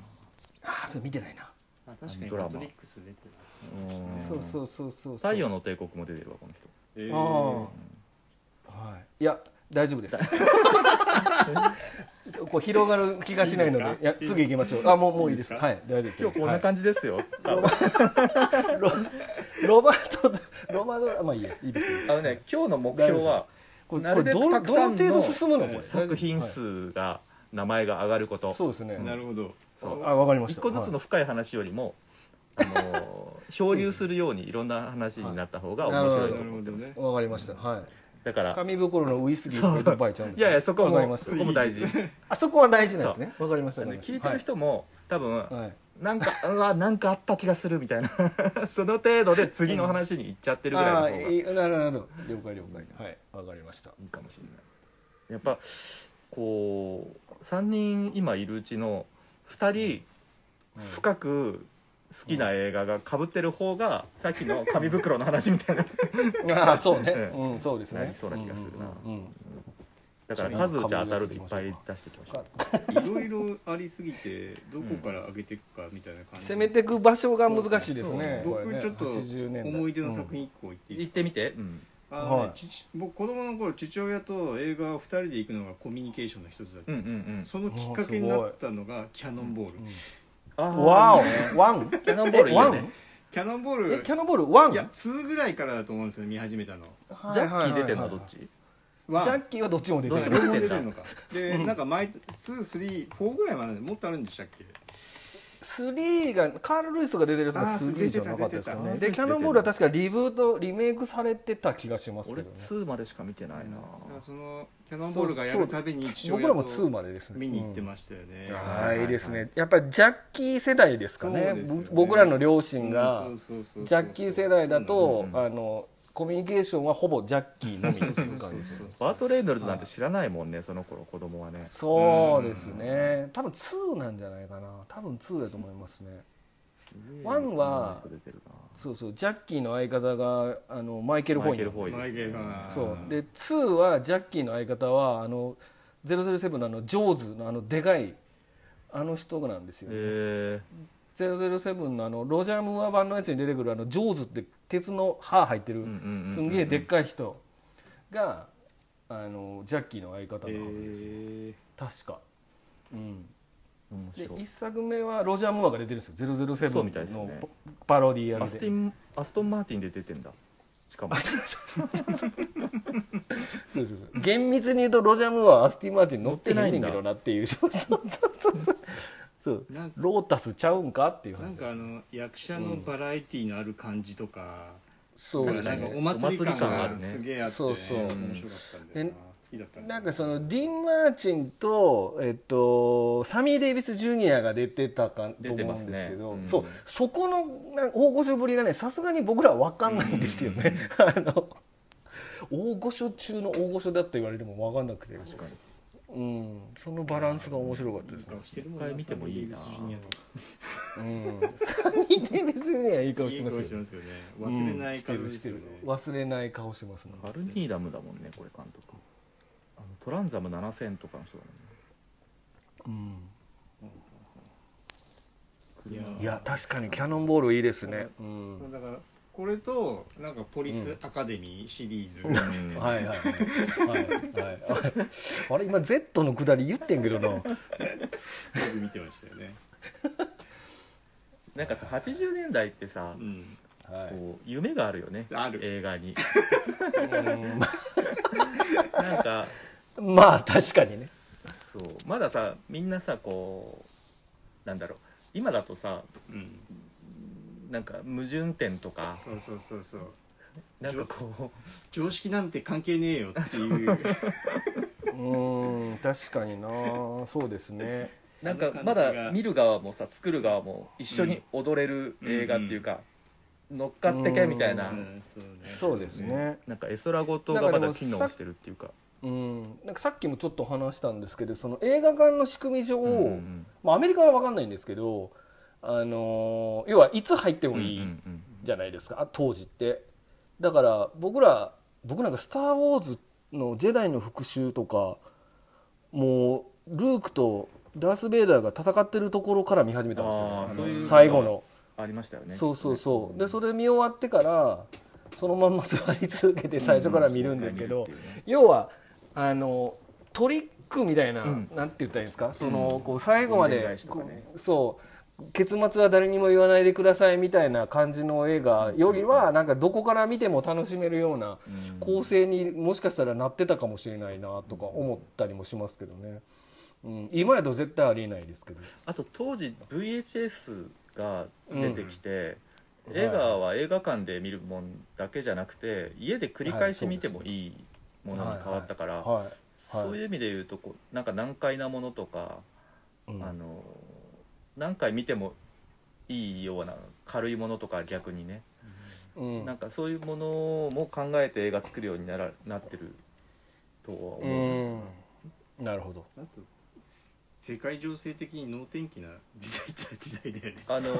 Speaker 3: あのあーそれ見てないな、
Speaker 2: あ確かに
Speaker 1: ドラマ
Speaker 2: マトリックス出てた
Speaker 1: うん
Speaker 3: そうそうそうそうそう
Speaker 1: 太陽の帝国も出てるわこの人
Speaker 2: え
Speaker 3: ああ、はい、いや大丈夫ですこう広がる気がしないので
Speaker 2: いいですか
Speaker 3: いや次行きましょうあもうもういいです
Speaker 2: いいですか
Speaker 3: はい大丈夫です
Speaker 1: 今日こんな感じですよ、
Speaker 3: はいロロ バートロバートあまあいいやいいですよ
Speaker 1: あのね今日の目標は
Speaker 3: これ
Speaker 1: な
Speaker 3: こ
Speaker 1: る
Speaker 3: れ
Speaker 1: べ
Speaker 3: ど
Speaker 1: く
Speaker 3: の
Speaker 1: たく
Speaker 3: どの
Speaker 1: さんの
Speaker 3: 程度進むのこれ
Speaker 1: 作品
Speaker 3: は
Speaker 1: 数が名前が上がること
Speaker 3: いそうですね
Speaker 2: ーなるほど
Speaker 1: そう
Speaker 3: あわかりまし
Speaker 1: 一
Speaker 3: た
Speaker 1: 個ずつの深い話よりも、あの ー漂流するようにいろんな話になった方が面白いと
Speaker 2: なる
Speaker 1: 思
Speaker 2: ほ
Speaker 1: って
Speaker 2: ど
Speaker 1: ます、
Speaker 2: ね
Speaker 3: わかりましたはい
Speaker 1: だから
Speaker 3: 紙袋のウイスキーとドバイちゃうんです
Speaker 1: いやいやそこ
Speaker 3: わかり
Speaker 1: も
Speaker 3: まし
Speaker 1: そ
Speaker 3: た
Speaker 1: こも大事
Speaker 3: あそこは大事なんですねわかりました
Speaker 1: あ
Speaker 3: わか
Speaker 1: の
Speaker 3: りました
Speaker 1: 聞いてる人も多分、
Speaker 3: はいはい
Speaker 1: なんか うわなんかあった気がするみたいな その程度で次の話に行っちゃってるぐらいの
Speaker 3: あ
Speaker 1: 方が
Speaker 3: あ
Speaker 1: いい
Speaker 3: いいなるほどなるほど了解了解はいわかりました
Speaker 1: かもしれないやっぱこう3人今いるうちの2人深く好きな映画がかぶってる方がさっきの紙袋の話みたいな
Speaker 3: ああそうね、
Speaker 1: う
Speaker 3: うん、そうです
Speaker 1: な
Speaker 3: ね
Speaker 1: りそうな気がするな
Speaker 3: うんうんうん
Speaker 1: だから数打ち当たるでいっぱい出していきましょう
Speaker 2: いろいろありすぎてどこから上げていくかみたいな感じ
Speaker 3: 攻めてく場所が難しいですねこれ
Speaker 2: 僕
Speaker 3: ね
Speaker 2: ちょっと
Speaker 3: 80年代
Speaker 2: 思い出の作品1個言っていいです
Speaker 1: 行っ
Speaker 2: か
Speaker 1: てみて、うん、
Speaker 2: あのね
Speaker 3: はい
Speaker 2: 父僕子供の頃父親と映画を2人で行くのがコミュニケーションの一つだったんですよ、
Speaker 1: うんうんうん
Speaker 2: そのきっかけになったのがキャノンボール、
Speaker 1: あ
Speaker 3: うんわ
Speaker 1: いいね
Speaker 3: おワン
Speaker 1: キャノンボールいいよ
Speaker 3: えワ
Speaker 1: ね
Speaker 3: ン
Speaker 2: キャノンボー
Speaker 3: え
Speaker 2: ル
Speaker 3: キャノンボールワン
Speaker 2: いや2ぐらいからだと思うんですよ見始めたの
Speaker 1: ジャッキー出てんのどっ
Speaker 3: ち
Speaker 1: ち
Speaker 2: は
Speaker 3: ジャッキーはどっちも出て
Speaker 1: どっち
Speaker 3: る
Speaker 1: も
Speaker 2: 両方出てるのかでなんか毎234ぐらいまでもっとあるんでしたっけ
Speaker 3: 3がカール・ルイスが出てるやつが
Speaker 2: あー
Speaker 3: 3じゃなかったですか
Speaker 2: 出てた出
Speaker 3: ね
Speaker 2: て
Speaker 1: た
Speaker 3: でキャノンボールは確かリブートリメイクされてた気がしますけ
Speaker 1: 俺
Speaker 3: どね
Speaker 1: 2までしか見てないな、
Speaker 2: だからそのキャノンボールがやるたびに父
Speaker 3: 僕
Speaker 2: 親
Speaker 3: らも2
Speaker 2: と
Speaker 3: までですね
Speaker 2: 見に行ってましたよね、
Speaker 3: うん
Speaker 1: あ
Speaker 3: あーいいですねやっぱりジャッキー世代ですかね
Speaker 2: そうですよね
Speaker 3: ぼ僕らの両親が
Speaker 2: うんそうそうそうそう
Speaker 3: ジャッキー世代だと
Speaker 1: そうそう
Speaker 3: あのコミュニケーションはほぼジャッキーのみという感じですよね
Speaker 1: バート・レイノルズなんて知らないもんねその頃子供はね
Speaker 3: そうですね多分2なんじゃないかな多分2だと思いますねワンは
Speaker 1: 出てるな
Speaker 3: そうそうジャッキーの相方があのマイケル・ホインなんです
Speaker 1: マイケルホイ
Speaker 2: 眉毛が
Speaker 3: そうで2はジャッキーの相方はあの007のあのジョーズのあのでかいあの人なんですよ、
Speaker 1: え
Speaker 3: 007のあのロジャー・ムーア版のやつに出てくるあのジョーズって鉄の歯入ってる、
Speaker 1: うんうんうんうん
Speaker 3: すんげえでっかい人があのジャッキーの相方のはずですよ、
Speaker 2: え
Speaker 3: 確か、うん、
Speaker 1: ー、面
Speaker 3: で
Speaker 1: 白い
Speaker 3: 1作目はロジャー・ムーアが出てるんですよ
Speaker 1: そうみたいです
Speaker 3: 007の
Speaker 1: ね
Speaker 3: パパロディー
Speaker 1: ア
Speaker 3: 役
Speaker 1: ス
Speaker 3: で
Speaker 1: ティンアストン・マーティンで出てんだしかも
Speaker 3: そうそうそう厳密に言うとロジャムはアスティン・マーチン乗ってないん
Speaker 1: 乗
Speaker 3: だ
Speaker 1: ってな
Speaker 3: け
Speaker 1: い
Speaker 3: ど
Speaker 1: ん
Speaker 3: なっていうそうそうそうそうそう
Speaker 2: なんか
Speaker 3: ロータスちゃうんかっていう話
Speaker 2: なんかあの役者のバラエティーのある感じとか、
Speaker 3: そうです
Speaker 2: なんかなんかお
Speaker 3: ね
Speaker 2: 祭り
Speaker 1: お祭り感
Speaker 2: 感
Speaker 1: がある
Speaker 2: が
Speaker 1: ね
Speaker 2: すげえあって、
Speaker 3: そうそう
Speaker 2: 面白かったんだよな
Speaker 3: で
Speaker 2: 好きだったんだ
Speaker 3: な
Speaker 2: よ
Speaker 3: んかそのディン・マーチンと、えっと、サミー・デイビス・ジュニアが出てたかと
Speaker 1: 出
Speaker 3: 思うん
Speaker 1: て
Speaker 3: で
Speaker 1: ますす
Speaker 3: け
Speaker 1: ね
Speaker 3: ど
Speaker 1: うん
Speaker 3: そうそこのな大御所ぶりがねさすがに僕らは分かんないんですよね、 あの大御所中の大御所だって言われても分かんなくて
Speaker 1: 確かに
Speaker 3: うん、そのバランスが面白かったですね
Speaker 2: なんかしてるもん
Speaker 1: 一回見てもいいな
Speaker 2: サミーデイビスジュニアの
Speaker 3: うん、サミー・デイビス・ジュニアいい顔してます
Speaker 2: いい顔してます
Speaker 3: よ
Speaker 2: よね忘れない
Speaker 3: して
Speaker 2: 顔
Speaker 3: る
Speaker 2: で
Speaker 3: し
Speaker 2: す
Speaker 3: て
Speaker 2: よ
Speaker 3: る
Speaker 2: ね
Speaker 3: 忘れない顔してますね
Speaker 1: バルニーダムだもんねこれ監督あのトランザム7000とかの人だもんね
Speaker 3: うん
Speaker 2: いや
Speaker 1: 車
Speaker 3: いや確かにキャノンボールいいですね、う
Speaker 2: まあ
Speaker 3: ん、
Speaker 2: だからこれとなんかポリスアカデミーシリーズ、
Speaker 1: うん
Speaker 3: はいはいはいはいはいあれ今 Z のくだり言ってんけどな
Speaker 2: 僕見てましたよね、
Speaker 1: なんかさ80年代ってさ、
Speaker 2: うん、
Speaker 3: はい
Speaker 1: こう夢があるよね
Speaker 2: ある
Speaker 1: 映画に
Speaker 3: うん
Speaker 1: なんか
Speaker 3: まあ確かにね
Speaker 1: そうまださみんなさこうなんだろう今だとさ
Speaker 2: うん、
Speaker 1: なんか矛盾点とか
Speaker 2: そうそうそうそう
Speaker 1: なんかこ
Speaker 2: 常識なんて関係ねえよっていう
Speaker 3: うん確かになそうですね
Speaker 1: うなんか
Speaker 2: あの
Speaker 1: ま
Speaker 2: 感じが
Speaker 1: だ見る側もさ作る側も一緒に踊れる映画っていうか、乗っかってけみたいな、
Speaker 2: うんそうね
Speaker 3: そうですね
Speaker 1: なんか絵空事がまだ機能してるっていうか
Speaker 3: うんなんかさっきもちょっと話したんですけどその映画館の仕組み上、
Speaker 1: うんうん
Speaker 3: まあ、アメリカは分かんないんですけど、あのー要はいつ入って
Speaker 1: うん
Speaker 3: も
Speaker 1: うん
Speaker 3: いい、
Speaker 1: うん
Speaker 3: じゃないですかあ当時ってだから僕ら僕なんか「スター・ウォーズ」の「ジェダイの復讐」とかもうルークとダース・ベイダーが戦ってるところから見始めたんです
Speaker 1: あ
Speaker 3: よ
Speaker 1: あ
Speaker 2: ね
Speaker 1: そういう
Speaker 3: 最後の
Speaker 1: ありましたよね
Speaker 3: そうそうそうでそ
Speaker 1: れ
Speaker 3: れ見終わってからそのまんま座り続けて最初から見るんですけど要はあのトリックみたいな、
Speaker 1: うん
Speaker 3: なんて言ったらいいんですかそ
Speaker 1: うん
Speaker 3: のこう最後ま
Speaker 1: お願
Speaker 3: で
Speaker 1: いし、とかね
Speaker 3: こうそう結末は誰にも言わないでくださいみたいな感じの映画よりは、なんかどこから見ても楽しめるような構成にもしかしたらなってたかもしれないなとか思ったりもしますけどね、うん、今やと絶対ありえないですけど
Speaker 1: あと当時 VHS が出てきて、
Speaker 3: うん
Speaker 1: 映画は映画館で見るもんだけじゃなくて家で繰り返し見てもいいものに変わったから、
Speaker 3: は
Speaker 1: そういう意味で言うとこうなんか難解なものとか、
Speaker 3: い、うん
Speaker 1: あの何回見てもいいような軽いものとか逆にね、
Speaker 3: うん
Speaker 1: なんかそういうものも考えて映画作るようにならなってるとは思うんですよね
Speaker 3: うんなるほど
Speaker 2: なんか世界情勢的に能天気な時代っちゃ時代だよね
Speaker 1: あ の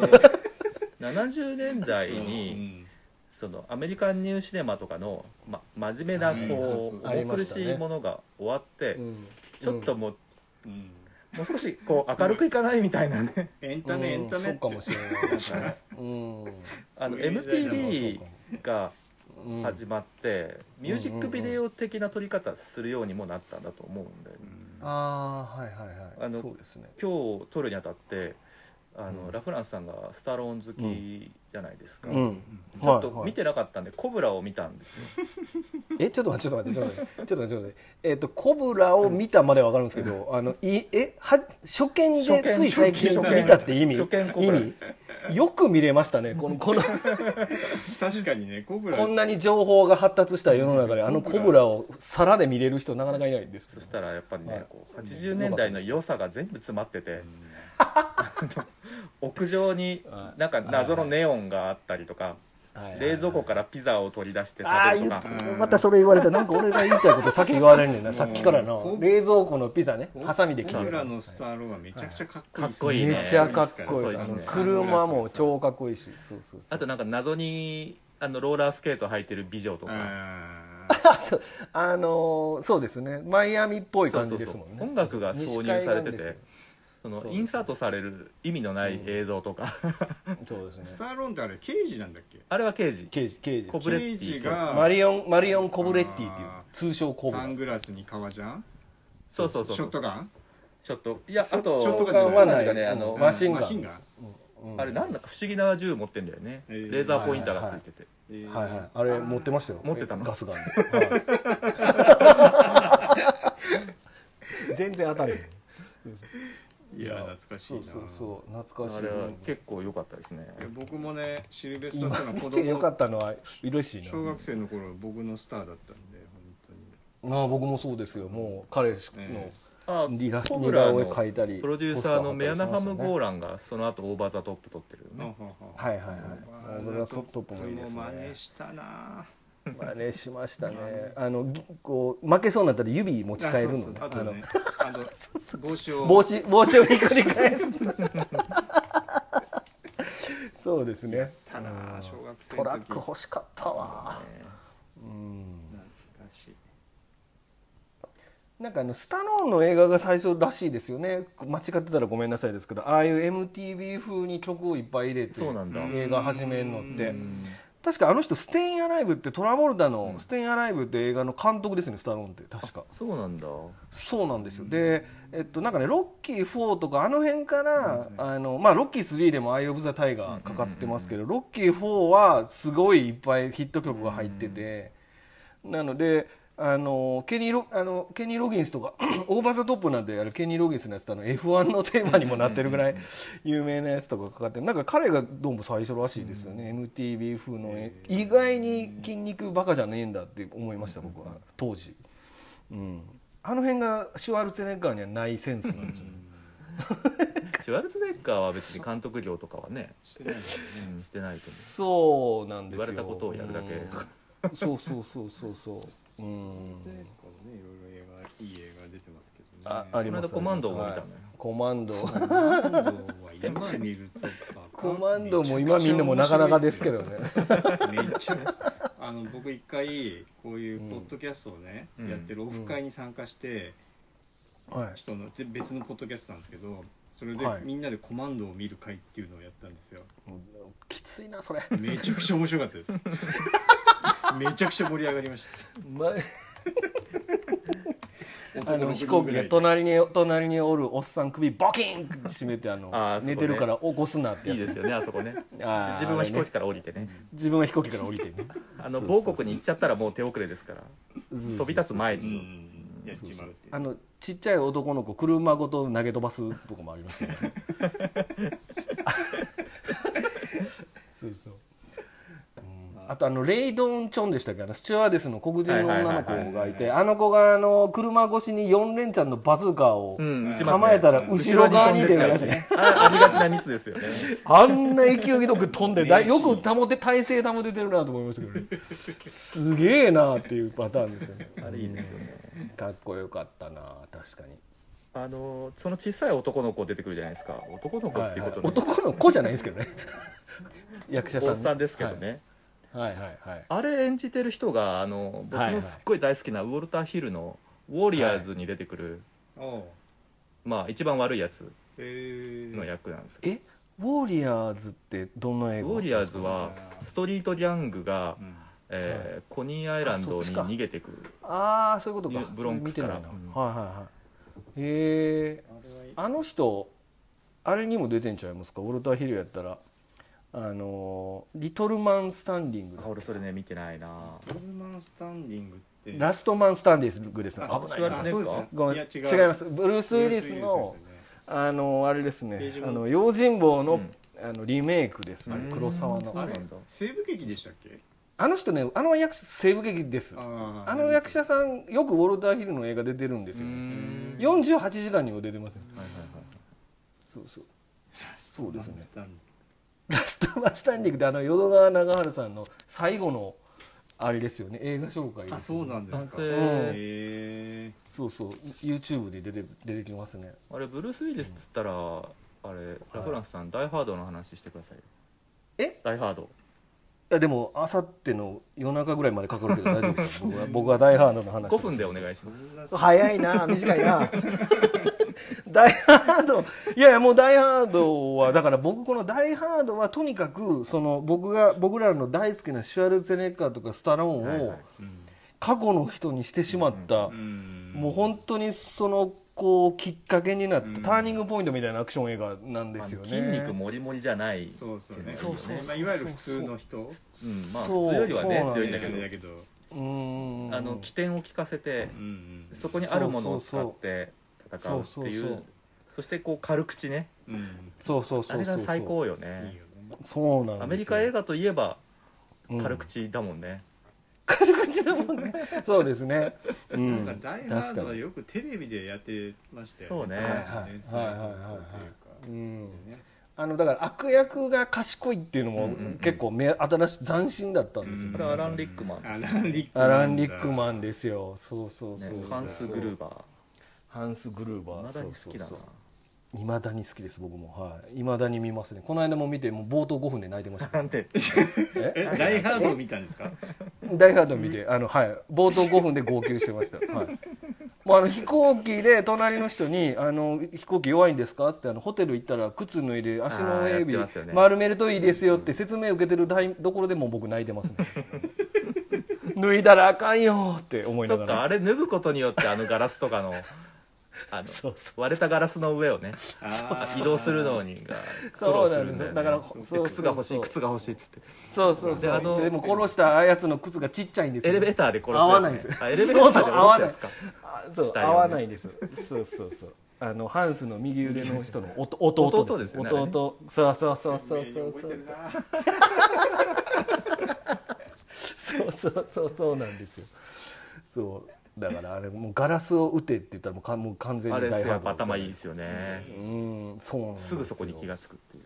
Speaker 1: 70年代に、そのアメリカンニューシネマとかの、ま、真面目な
Speaker 2: うん
Speaker 1: こう
Speaker 2: そうそうそうあ
Speaker 1: 重
Speaker 3: りま
Speaker 1: 苦
Speaker 3: したね
Speaker 1: しいものが終わって、
Speaker 3: うん
Speaker 1: ちょっともう,、
Speaker 2: うん、うん
Speaker 1: もう少しこう明るくいかないみたいなね
Speaker 2: エンタメエンタメっ
Speaker 3: そう
Speaker 2: て
Speaker 3: かもしれないですね。うん。
Speaker 1: あの
Speaker 2: そういう時代だもん
Speaker 1: MTV が
Speaker 3: うん
Speaker 1: 始まって、ミュージックビデオ的な撮り方するようにもなったんだと思うんで、
Speaker 2: うん
Speaker 3: ああはいはいはい。
Speaker 1: あの
Speaker 3: そうですね。
Speaker 1: 今日撮るにあたってあの、
Speaker 3: うん
Speaker 1: ラ・フランスさんがスタローン好きじゃないですか、
Speaker 3: うん。
Speaker 1: ちょっと見
Speaker 3: て。
Speaker 1: てなかったんで、コブラを見たんですよ
Speaker 3: えちょっと待ってちょっと待ってちょっと待ってちょっと待ってちょっと待って。えっとコブラを見たまではわかるんですけど、あのいえは初見でつい最近
Speaker 1: 初見
Speaker 3: 見たって意味
Speaker 1: 初見コブラです
Speaker 3: 意味よく見れましたねこのこの
Speaker 2: 確かにねコブラ
Speaker 3: こんなに情報が発達した世の中であのコブラを皿で見れる人なかなかいないです
Speaker 1: そ。したらやっぱりね、
Speaker 3: はい
Speaker 1: こう80年代の良さが全部詰まってて、屋上に
Speaker 3: はい
Speaker 1: なんか謎のネオンがあったりとか、冷蔵庫からピザを取り出して
Speaker 3: ああ
Speaker 1: 食べる
Speaker 3: 言
Speaker 1: と
Speaker 3: っ
Speaker 1: か
Speaker 3: た
Speaker 2: うん
Speaker 3: またそれ言われたなんか俺が言いたいことさっき言われんねんなさっきからな
Speaker 2: うん
Speaker 3: 冷蔵庫のピザね
Speaker 2: コ
Speaker 3: ハサミで切
Speaker 2: コ
Speaker 3: る
Speaker 2: ブラ
Speaker 3: や
Speaker 2: のスターローはめちゃくちゃかっこいいです
Speaker 1: かっこいい
Speaker 3: つ
Speaker 1: ね
Speaker 3: めっちゃかっこい
Speaker 1: かっ
Speaker 3: いあ
Speaker 1: こいい
Speaker 3: の
Speaker 1: ですね
Speaker 3: 車も超かっこいいしそうそうそう
Speaker 1: あとなんか謎にあのローラースケート履いてる美女とか、
Speaker 2: あ
Speaker 3: あとあのーそうですねマイアミっぽい
Speaker 1: そう
Speaker 3: 感
Speaker 1: そ
Speaker 3: じ
Speaker 1: う
Speaker 3: で
Speaker 1: そ
Speaker 3: す
Speaker 1: う
Speaker 3: もんね
Speaker 1: 音楽が挿入されて
Speaker 3: 西海岸ですよ
Speaker 1: てその
Speaker 3: そう
Speaker 1: インサートされる意味のない映像とか、
Speaker 3: そうです
Speaker 2: ース
Speaker 3: ね
Speaker 2: ターローンってあれ刑事なんだっけ
Speaker 1: あれは刑事
Speaker 3: 刑事刑事
Speaker 1: コ
Speaker 3: で
Speaker 1: ブ
Speaker 3: す
Speaker 1: レッティ
Speaker 2: 刑事が
Speaker 3: マリオンマリオン・コブレッティっていう
Speaker 2: あー
Speaker 3: 通称コブ
Speaker 2: サ
Speaker 3: ラ
Speaker 2: ングラスに革ジャン
Speaker 1: そうそうそう
Speaker 2: シ
Speaker 1: そ
Speaker 2: ョッ
Speaker 1: う
Speaker 2: トガン
Speaker 1: ちょっといや
Speaker 2: ショ
Speaker 1: あと
Speaker 2: ショット
Speaker 3: ガンは
Speaker 1: な
Speaker 3: なんい
Speaker 1: かねあの、
Speaker 3: うんマシンガン
Speaker 2: マシンガン
Speaker 3: うん
Speaker 1: あれなんだか不思議な銃持ってんだよね、
Speaker 2: えー
Speaker 1: レーザーポインターがついてて、
Speaker 2: えー
Speaker 3: はいはいあれ持ってましたよ
Speaker 1: 持ってたの
Speaker 3: ガスガンではい然当たる
Speaker 2: いや懐かしい
Speaker 3: そう
Speaker 2: な
Speaker 3: そうそう懐かし
Speaker 1: あ
Speaker 3: い
Speaker 1: れは結構良かったですね
Speaker 2: いや僕もねシルベスタ
Speaker 3: 今
Speaker 2: ーさんの
Speaker 3: 見
Speaker 2: 子
Speaker 3: てよ
Speaker 2: 供
Speaker 3: かったのは嬉しいな
Speaker 2: 小学生の頃は僕のスターだったんで本
Speaker 3: ああ僕もそうですよもう彼の
Speaker 2: え
Speaker 1: あ
Speaker 3: リラ
Speaker 1: コ
Speaker 3: 似
Speaker 1: ブラ
Speaker 3: 顔
Speaker 1: の
Speaker 3: 絵描いたり
Speaker 1: プロデューサーのメアナハム・ゴー
Speaker 3: ー
Speaker 1: ランがその後オーバー・ザ・トップ撮ってるよ
Speaker 2: 当に
Speaker 1: ね
Speaker 2: ははは
Speaker 3: はいはいはい僕がトトップもいいです
Speaker 2: もう真
Speaker 3: ね
Speaker 2: 似したな
Speaker 3: 真似しましたねあのぎこう負けそうになったら指持ち替えるのね
Speaker 2: あ
Speaker 3: あ
Speaker 2: と
Speaker 3: の
Speaker 2: ねあの帽子を
Speaker 3: 帽子帽子をひっくり返す そうですね
Speaker 2: たな小学生の時
Speaker 3: トラック欲しかったわ
Speaker 1: ね
Speaker 3: うん
Speaker 2: 懐かしい
Speaker 3: なんかあのスタローンの映画が最初らしいですよね間違ってたらごめんなさいですけどああいう MTV 風に曲をいっぱい入れて
Speaker 1: そうなんだ
Speaker 3: 映画始めるのって
Speaker 1: うん
Speaker 3: 確かあの人ステイン・アライブってトラボルダのステイン・アライブって映画の監督ですよねスタローンって確か
Speaker 1: そうなんだ
Speaker 3: そうなんですよでえっとなんかねロッキー4とかあの辺からあのまあロッキー3でも「アイ・オブ・ザ・タイガー」かかってますけどロッキー4はすごいいっぱいヒット曲が入っててなのであのケニーロあのケニー・ロギンスとか オーバー・ザ・トップなんであれケニー・ロギンスのやつってあの F1 のテーマにもなってるぐらい有名なやつとかかかってなんか彼がどうも最初らしいですよね MTV 風のえ意外に筋肉バカじゃねえんだって思いました僕は当時。うん、あの辺がシュワルツェネッガーにはないセンスなんですね
Speaker 1: シュワルツェネッガーは別に監督業とかはね
Speaker 2: してないんだよね
Speaker 1: してないと
Speaker 3: そうなん
Speaker 1: 思う言
Speaker 3: で
Speaker 1: われ
Speaker 3: すよ
Speaker 1: たことをやるだけとか
Speaker 3: うんそうそうそうそうそううん
Speaker 2: ねこうねいろいろ映画いい映画出てますけどね
Speaker 3: ああります
Speaker 1: この間コマンドも見たのよ
Speaker 3: はいコマンド
Speaker 2: コマンドは今見るとバカ
Speaker 3: コマンドも今見るのもなかなかですけどね
Speaker 2: めっちゃあの僕一回こういうポッドキャストをね、
Speaker 1: うん
Speaker 2: やってるオフ会に参加して、
Speaker 3: はい
Speaker 2: 人のぜ別のポッドキャストなんですけどそれで
Speaker 3: はい
Speaker 2: みんなでコマンドを見る会っていうのをやったんですよ
Speaker 3: きついなそれ
Speaker 2: めちゃくちゃ面白かったですめちゃくちゃ盛り上がりまし
Speaker 3: ま
Speaker 2: た
Speaker 3: あの飛行機が隣に隣におるおっさん首ボキンって締めてあの
Speaker 1: あーそこね
Speaker 3: 寝てるから起こすなって
Speaker 1: い
Speaker 3: や
Speaker 1: い
Speaker 3: つ
Speaker 1: ですよねあそこね
Speaker 3: あー
Speaker 1: 自分は飛行
Speaker 3: あれ
Speaker 1: 機
Speaker 3: ね
Speaker 1: から降りてね
Speaker 3: 自分は飛行機から降りてね
Speaker 1: あの
Speaker 3: そうそうそう
Speaker 1: 某国に行っちゃったらもう手遅れですから飛び立つ前
Speaker 2: うんう
Speaker 1: に
Speaker 2: んやっちまうっていう
Speaker 3: あのちっちゃい男の子車ごと投げ飛ばすとかもありましたねそうそう、うんあとあのレイドン・チョンでしたっけあのスチュワーデスの黒人の女の子がいてあの子があの車越しに4連チャンのバズーカーを
Speaker 1: うん打ちますね
Speaker 3: 構えたら後ろ側に出るや
Speaker 1: 後ろに
Speaker 3: つ
Speaker 1: 飛んでっちゃうってね
Speaker 3: ね
Speaker 1: あありがちなミスですよね
Speaker 3: あんな勢い よく飛んでだよく保て体勢保ててるなと思いましたけどねすげえなっていうパターンですよね
Speaker 1: あれいいですよね
Speaker 3: かっこよかったな確かに
Speaker 1: あのその小さい男の子出てくるじゃないですか男の子っていうことね
Speaker 3: 男の子じゃないですけ どね役者さん
Speaker 1: おっさんですけどね、
Speaker 3: はい、はいはいはい
Speaker 1: あれ演じてる人があの僕
Speaker 3: はいは
Speaker 1: の
Speaker 3: い
Speaker 1: すっごい大好きなウォルター・ヒルの「ウォリアーズ」に出てくる、
Speaker 2: おう
Speaker 1: まあ一番悪いやつ
Speaker 2: えー
Speaker 1: の役なんですけ
Speaker 3: えウォリアーズってどんな映
Speaker 1: ど、
Speaker 3: 画
Speaker 1: ウォリアーズはストリートギャングが、
Speaker 2: うん
Speaker 1: えーコニーアイランド
Speaker 3: あ
Speaker 1: に
Speaker 3: そっちか
Speaker 1: 逃げてくる
Speaker 3: ああそういうこと
Speaker 1: ニ
Speaker 3: か
Speaker 1: ューブロンクスから
Speaker 3: それ見てないな、
Speaker 1: う
Speaker 3: はいはいはいへえ
Speaker 2: あれはいい
Speaker 3: あの人あれにも出てんちゃいますかウォルター・ヒルやったらあのーリトルマン・スタンディングだ
Speaker 1: あ俺それね見てないな
Speaker 2: トルマンスタンディングって
Speaker 3: ラストマン・スタンディングですね
Speaker 2: あ
Speaker 3: 危な
Speaker 1: シュワ
Speaker 3: い
Speaker 1: ル
Speaker 3: な
Speaker 1: ツェネッガー
Speaker 2: あそうですね
Speaker 3: ごめん
Speaker 2: や
Speaker 3: 違
Speaker 2: 違
Speaker 3: いうますブルース・ウィリ
Speaker 2: ブルースウィリスで
Speaker 3: スの
Speaker 2: すよね
Speaker 3: あのあれです
Speaker 2: ペ
Speaker 3: ね
Speaker 2: ージも
Speaker 3: あの用心棒の,、
Speaker 1: うん
Speaker 3: あのリメイクですね
Speaker 1: うん
Speaker 3: 黒沢
Speaker 1: そう
Speaker 3: の
Speaker 1: な
Speaker 3: あ
Speaker 1: ん
Speaker 3: れ
Speaker 1: だ
Speaker 2: 西部劇でしたっけ
Speaker 3: あの人ねあの役者西部劇ですあ
Speaker 2: あ
Speaker 3: の役者さんよくウォルター・ヒルの映画出てるんですよね
Speaker 1: んはい
Speaker 3: 48時間にも出てますよ
Speaker 1: はい
Speaker 3: そうそうそうですね
Speaker 2: なん
Speaker 3: ラストマンスタンディングってあの淀川長春さんの最後のあれですよね映画紹介ですよ
Speaker 2: あそ
Speaker 3: ね
Speaker 2: うなんです
Speaker 1: 男
Speaker 2: か
Speaker 1: 性
Speaker 2: へえ
Speaker 3: そうそう YouTube で出て出てきますね
Speaker 1: はいあれブルース・ウィリスっつったら、あれラフランスさん「ダイ・ハード」の話してくださいよ
Speaker 3: え
Speaker 1: ダイ・ハード
Speaker 3: いやでもあさっての夜中ぐらいまでかかるけど大丈夫です 僕は僕は大ハードの話
Speaker 1: 5分でお願いし
Speaker 2: そ
Speaker 1: ます
Speaker 2: んな
Speaker 3: 早い な短いなダイハードいやいやもうダイハードはだから僕このダイハードはとにかくその僕が僕らの大好きなシュワルツェネッガーとかスタロー
Speaker 1: はい
Speaker 3: ン
Speaker 1: は
Speaker 3: を
Speaker 1: い
Speaker 3: 過去の人にしてしまった、
Speaker 2: うん
Speaker 3: もう本当にそのこうきっかけになった、
Speaker 2: うん
Speaker 3: ターニングポイントみたいなアクション映画なんですよね
Speaker 1: あの筋肉もりもりじゃない
Speaker 2: そうそうね
Speaker 3: そうそうそう
Speaker 2: まあいわゆる普通の人
Speaker 1: うんまあ
Speaker 3: そう
Speaker 1: 普通よりはね
Speaker 3: そうなん
Speaker 1: 強いん
Speaker 3: で
Speaker 1: だ
Speaker 3: す
Speaker 1: け
Speaker 3: よ
Speaker 1: ど
Speaker 2: だけど
Speaker 3: うーん
Speaker 1: あの起点を聞かせて
Speaker 2: うんうん
Speaker 1: そこにあるものを使って戦うっていう
Speaker 3: そうそう
Speaker 1: そ
Speaker 3: そう
Speaker 1: してこう軽口ね
Speaker 2: うん
Speaker 3: そうそうそうそ
Speaker 1: あ
Speaker 3: う
Speaker 1: れが最高よ
Speaker 2: いいよ
Speaker 1: ね
Speaker 2: ね
Speaker 3: そうなんですよ
Speaker 1: アメリカ映画といえば
Speaker 3: うん
Speaker 1: 軽口だもんね、
Speaker 3: 軽口だもんねそうですねう
Speaker 2: なん
Speaker 3: ん
Speaker 2: か「ダイ・ハー
Speaker 3: 確か
Speaker 2: ド」は
Speaker 3: に
Speaker 2: よくテレビでやってましたよ
Speaker 1: そうね
Speaker 2: 当
Speaker 1: はい
Speaker 3: はい
Speaker 2: 時ね
Speaker 3: はいはいはい
Speaker 2: と
Speaker 3: う
Speaker 2: いうんかね
Speaker 3: あのだから悪役が賢いっていうの
Speaker 1: うん
Speaker 3: も
Speaker 1: うんうん
Speaker 3: 結構目新しい斬新だったんですよ、
Speaker 2: うん
Speaker 1: これはアラン・リックマン
Speaker 2: アラン・リックマ
Speaker 3: ア
Speaker 2: ンだ
Speaker 3: ラン・リックマンですよそうそうそう
Speaker 1: ね
Speaker 3: そう、
Speaker 1: ハンス・グルーバ
Speaker 3: ハンス・グル
Speaker 1: ー
Speaker 3: ーバー
Speaker 1: まだに好きだな
Speaker 3: そうそうそう未だに好きです僕もはいまだに見ますねこの間も見てもう冒頭5分で泣いて ました
Speaker 1: なんて
Speaker 2: え
Speaker 3: え
Speaker 2: ダイ・ハードを見たんですか
Speaker 3: ダイハード見てあのはい冒頭5分で号泣してましたはいもうあの飛行機で隣の人に「あの飛行機弱いんですか?」ってあのホテル行ったら靴脱いで足の親指
Speaker 1: あーやってますよね
Speaker 3: 丸めるといいですよって説明受けてる台ところでもう僕泣いてますね脱いだらあかんよって思い
Speaker 1: そ
Speaker 3: な
Speaker 1: っ
Speaker 3: が
Speaker 1: からあれ脱ぐことによってあのガラスとかのあの
Speaker 3: そうそう
Speaker 1: 割れたガラスの上をね
Speaker 2: あー
Speaker 1: 移動するのにが苦
Speaker 3: そ
Speaker 1: 労
Speaker 3: う
Speaker 1: す
Speaker 3: な
Speaker 1: る
Speaker 3: ん
Speaker 1: ん
Speaker 3: で
Speaker 1: だよ、
Speaker 3: すよ
Speaker 1: ね、
Speaker 3: だから
Speaker 1: で靴が欲しい靴が欲しいっつって
Speaker 3: そうそう
Speaker 1: で
Speaker 3: そ
Speaker 1: あ
Speaker 3: う
Speaker 1: の
Speaker 3: でも殺したあやつの靴がちっちゃいんです
Speaker 1: エ
Speaker 3: よ
Speaker 1: レベーターで殺すやつ、ね、
Speaker 3: 合わないんですよ
Speaker 1: あエレベーターで
Speaker 3: そうそう
Speaker 1: 殺す
Speaker 3: 合わない
Speaker 1: やつか
Speaker 3: あそう、
Speaker 1: したよ
Speaker 3: 合
Speaker 1: ね
Speaker 3: わないですそうそうそうあのハンスの右腕の人のおと弟で
Speaker 1: 弟で
Speaker 3: す
Speaker 1: すよねあれね
Speaker 3: 弟そうそうそうそうそう
Speaker 2: 鮮
Speaker 3: そ
Speaker 2: 明に覚えて
Speaker 3: う
Speaker 2: るな
Speaker 3: そうそうそうそうなんですよそうだからあれもうガラスを打てって言ったらもうかもう完全
Speaker 1: あ
Speaker 3: に
Speaker 1: れ
Speaker 3: 大
Speaker 1: や
Speaker 3: ハー
Speaker 1: っぱ
Speaker 3: ド
Speaker 1: 頭いいですよね、
Speaker 3: うんそうなんです
Speaker 1: す
Speaker 3: よ
Speaker 1: ぐそこに気がつくっていう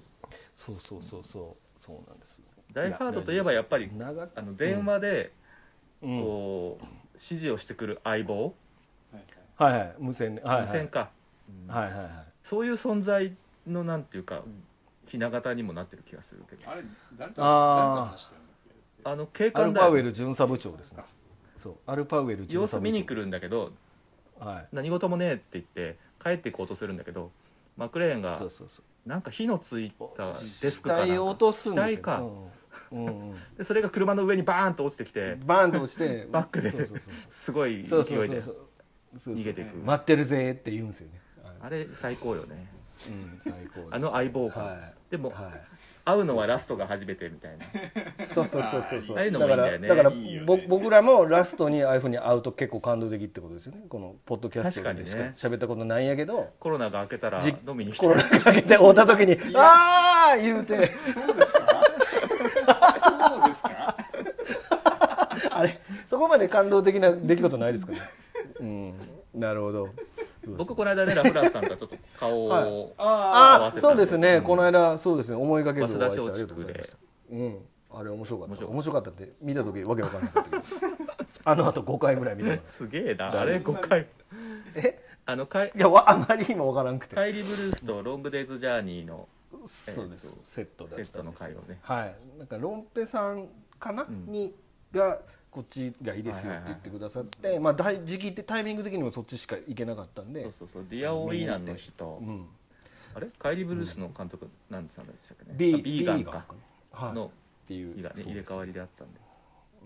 Speaker 3: そうそうそうそうそうなんです
Speaker 1: ダイハードといえばやっぱり
Speaker 3: 長く
Speaker 1: あの電話で
Speaker 3: うんはい
Speaker 1: こう、指示をしてくる相棒
Speaker 3: はい無線ねはい
Speaker 1: 無
Speaker 3: はいはい
Speaker 1: 線か、
Speaker 3: はいはい
Speaker 1: そういう存在のなんていうかひな形にもなってる気がするけど
Speaker 2: あれ誰と誰と
Speaker 3: あー
Speaker 2: 話してるんだっけ
Speaker 1: あの警
Speaker 3: アル
Speaker 1: 官だ
Speaker 3: パ
Speaker 1: よ
Speaker 3: ウエル巡査部長ですねそうアルパウエル巡
Speaker 1: 様
Speaker 3: 査
Speaker 1: 子
Speaker 3: 部長
Speaker 1: 見に来るんだけど
Speaker 3: はい
Speaker 1: 何事もねえって言って帰っていこうとするんだけどマクレーンが
Speaker 3: そうそうそう
Speaker 1: なんか火のついたデスクか
Speaker 3: 死体を
Speaker 1: なん
Speaker 3: 落
Speaker 1: か
Speaker 3: とすんです
Speaker 1: 死体か
Speaker 3: よ、うんうん
Speaker 1: でそれが車の上にバーンと落ちてき
Speaker 3: う
Speaker 1: て
Speaker 3: ん、バーンと落ちて
Speaker 1: バックで
Speaker 3: そうそうそうそう
Speaker 1: すごい勢
Speaker 3: そう
Speaker 1: い
Speaker 3: そうそ
Speaker 1: で
Speaker 3: うそうそう
Speaker 1: 逃げていく
Speaker 3: 待ってるぜって言うんですよね
Speaker 1: あれ最高よね
Speaker 3: うん最高です
Speaker 1: あの相棒感
Speaker 3: は
Speaker 1: で
Speaker 3: い
Speaker 1: も
Speaker 3: はい
Speaker 1: 会うのはラストが初めてみ たいな
Speaker 3: そうそうそうそうそう
Speaker 1: ああいうのも
Speaker 3: だ
Speaker 1: いい
Speaker 3: か
Speaker 1: んだよね
Speaker 3: らだから
Speaker 2: いいよね
Speaker 3: ぼ僕らもラストにああいうふうに会うと結構感動的ってことですよねこのポッドキャストでしか
Speaker 1: 確
Speaker 3: 喋ったことないんやけど
Speaker 1: コロナが明けたら
Speaker 3: じ
Speaker 1: 飲みに来
Speaker 3: コロナ
Speaker 1: て
Speaker 3: かけて会うた時に「ああ!」言うて
Speaker 2: そうですかそうですか
Speaker 3: あれそこまで感動的な出来事ないですかねうんなるほど
Speaker 1: 僕この間ねラフランスさんとはちょっと顔を、
Speaker 3: はい
Speaker 2: あ
Speaker 3: あそうですね、この間そうですね思いがけずお会いして
Speaker 1: 早稲田
Speaker 3: あ
Speaker 1: 松竹
Speaker 3: りがとうございま
Speaker 1: で
Speaker 3: したうんあれ面白かった
Speaker 1: 面白
Speaker 3: 面白
Speaker 1: かった
Speaker 3: かったって見た時わけわからなかったけど あのあと5回ぐらい見たから
Speaker 1: すげえなあれ5回
Speaker 3: え
Speaker 1: あの かい
Speaker 3: いやわあまりにもわからんくて
Speaker 1: カイリー・ブルースとロング・デイズ・ジャーニーの
Speaker 3: そうです、
Speaker 1: えーと
Speaker 3: セットだったんです
Speaker 1: セットの回をね
Speaker 3: はいなんかロンペさんかな、
Speaker 1: ん
Speaker 3: にがこっちがいいですよっ
Speaker 1: はいはいはい
Speaker 3: て言ってくださって、まあだい時期ってタイミング的にもそっちしか行けなかったんで
Speaker 1: そうそうそうディア・オイーナンの人
Speaker 3: うん
Speaker 1: あれカイリー・ブルースの監督なんてさんでしたっけね、
Speaker 3: ビ
Speaker 1: あビーガン
Speaker 3: ビ
Speaker 1: か
Speaker 3: はい、
Speaker 1: の
Speaker 3: っていう
Speaker 1: いらね
Speaker 3: そう
Speaker 1: 入れ
Speaker 3: です
Speaker 1: 替わりであったんで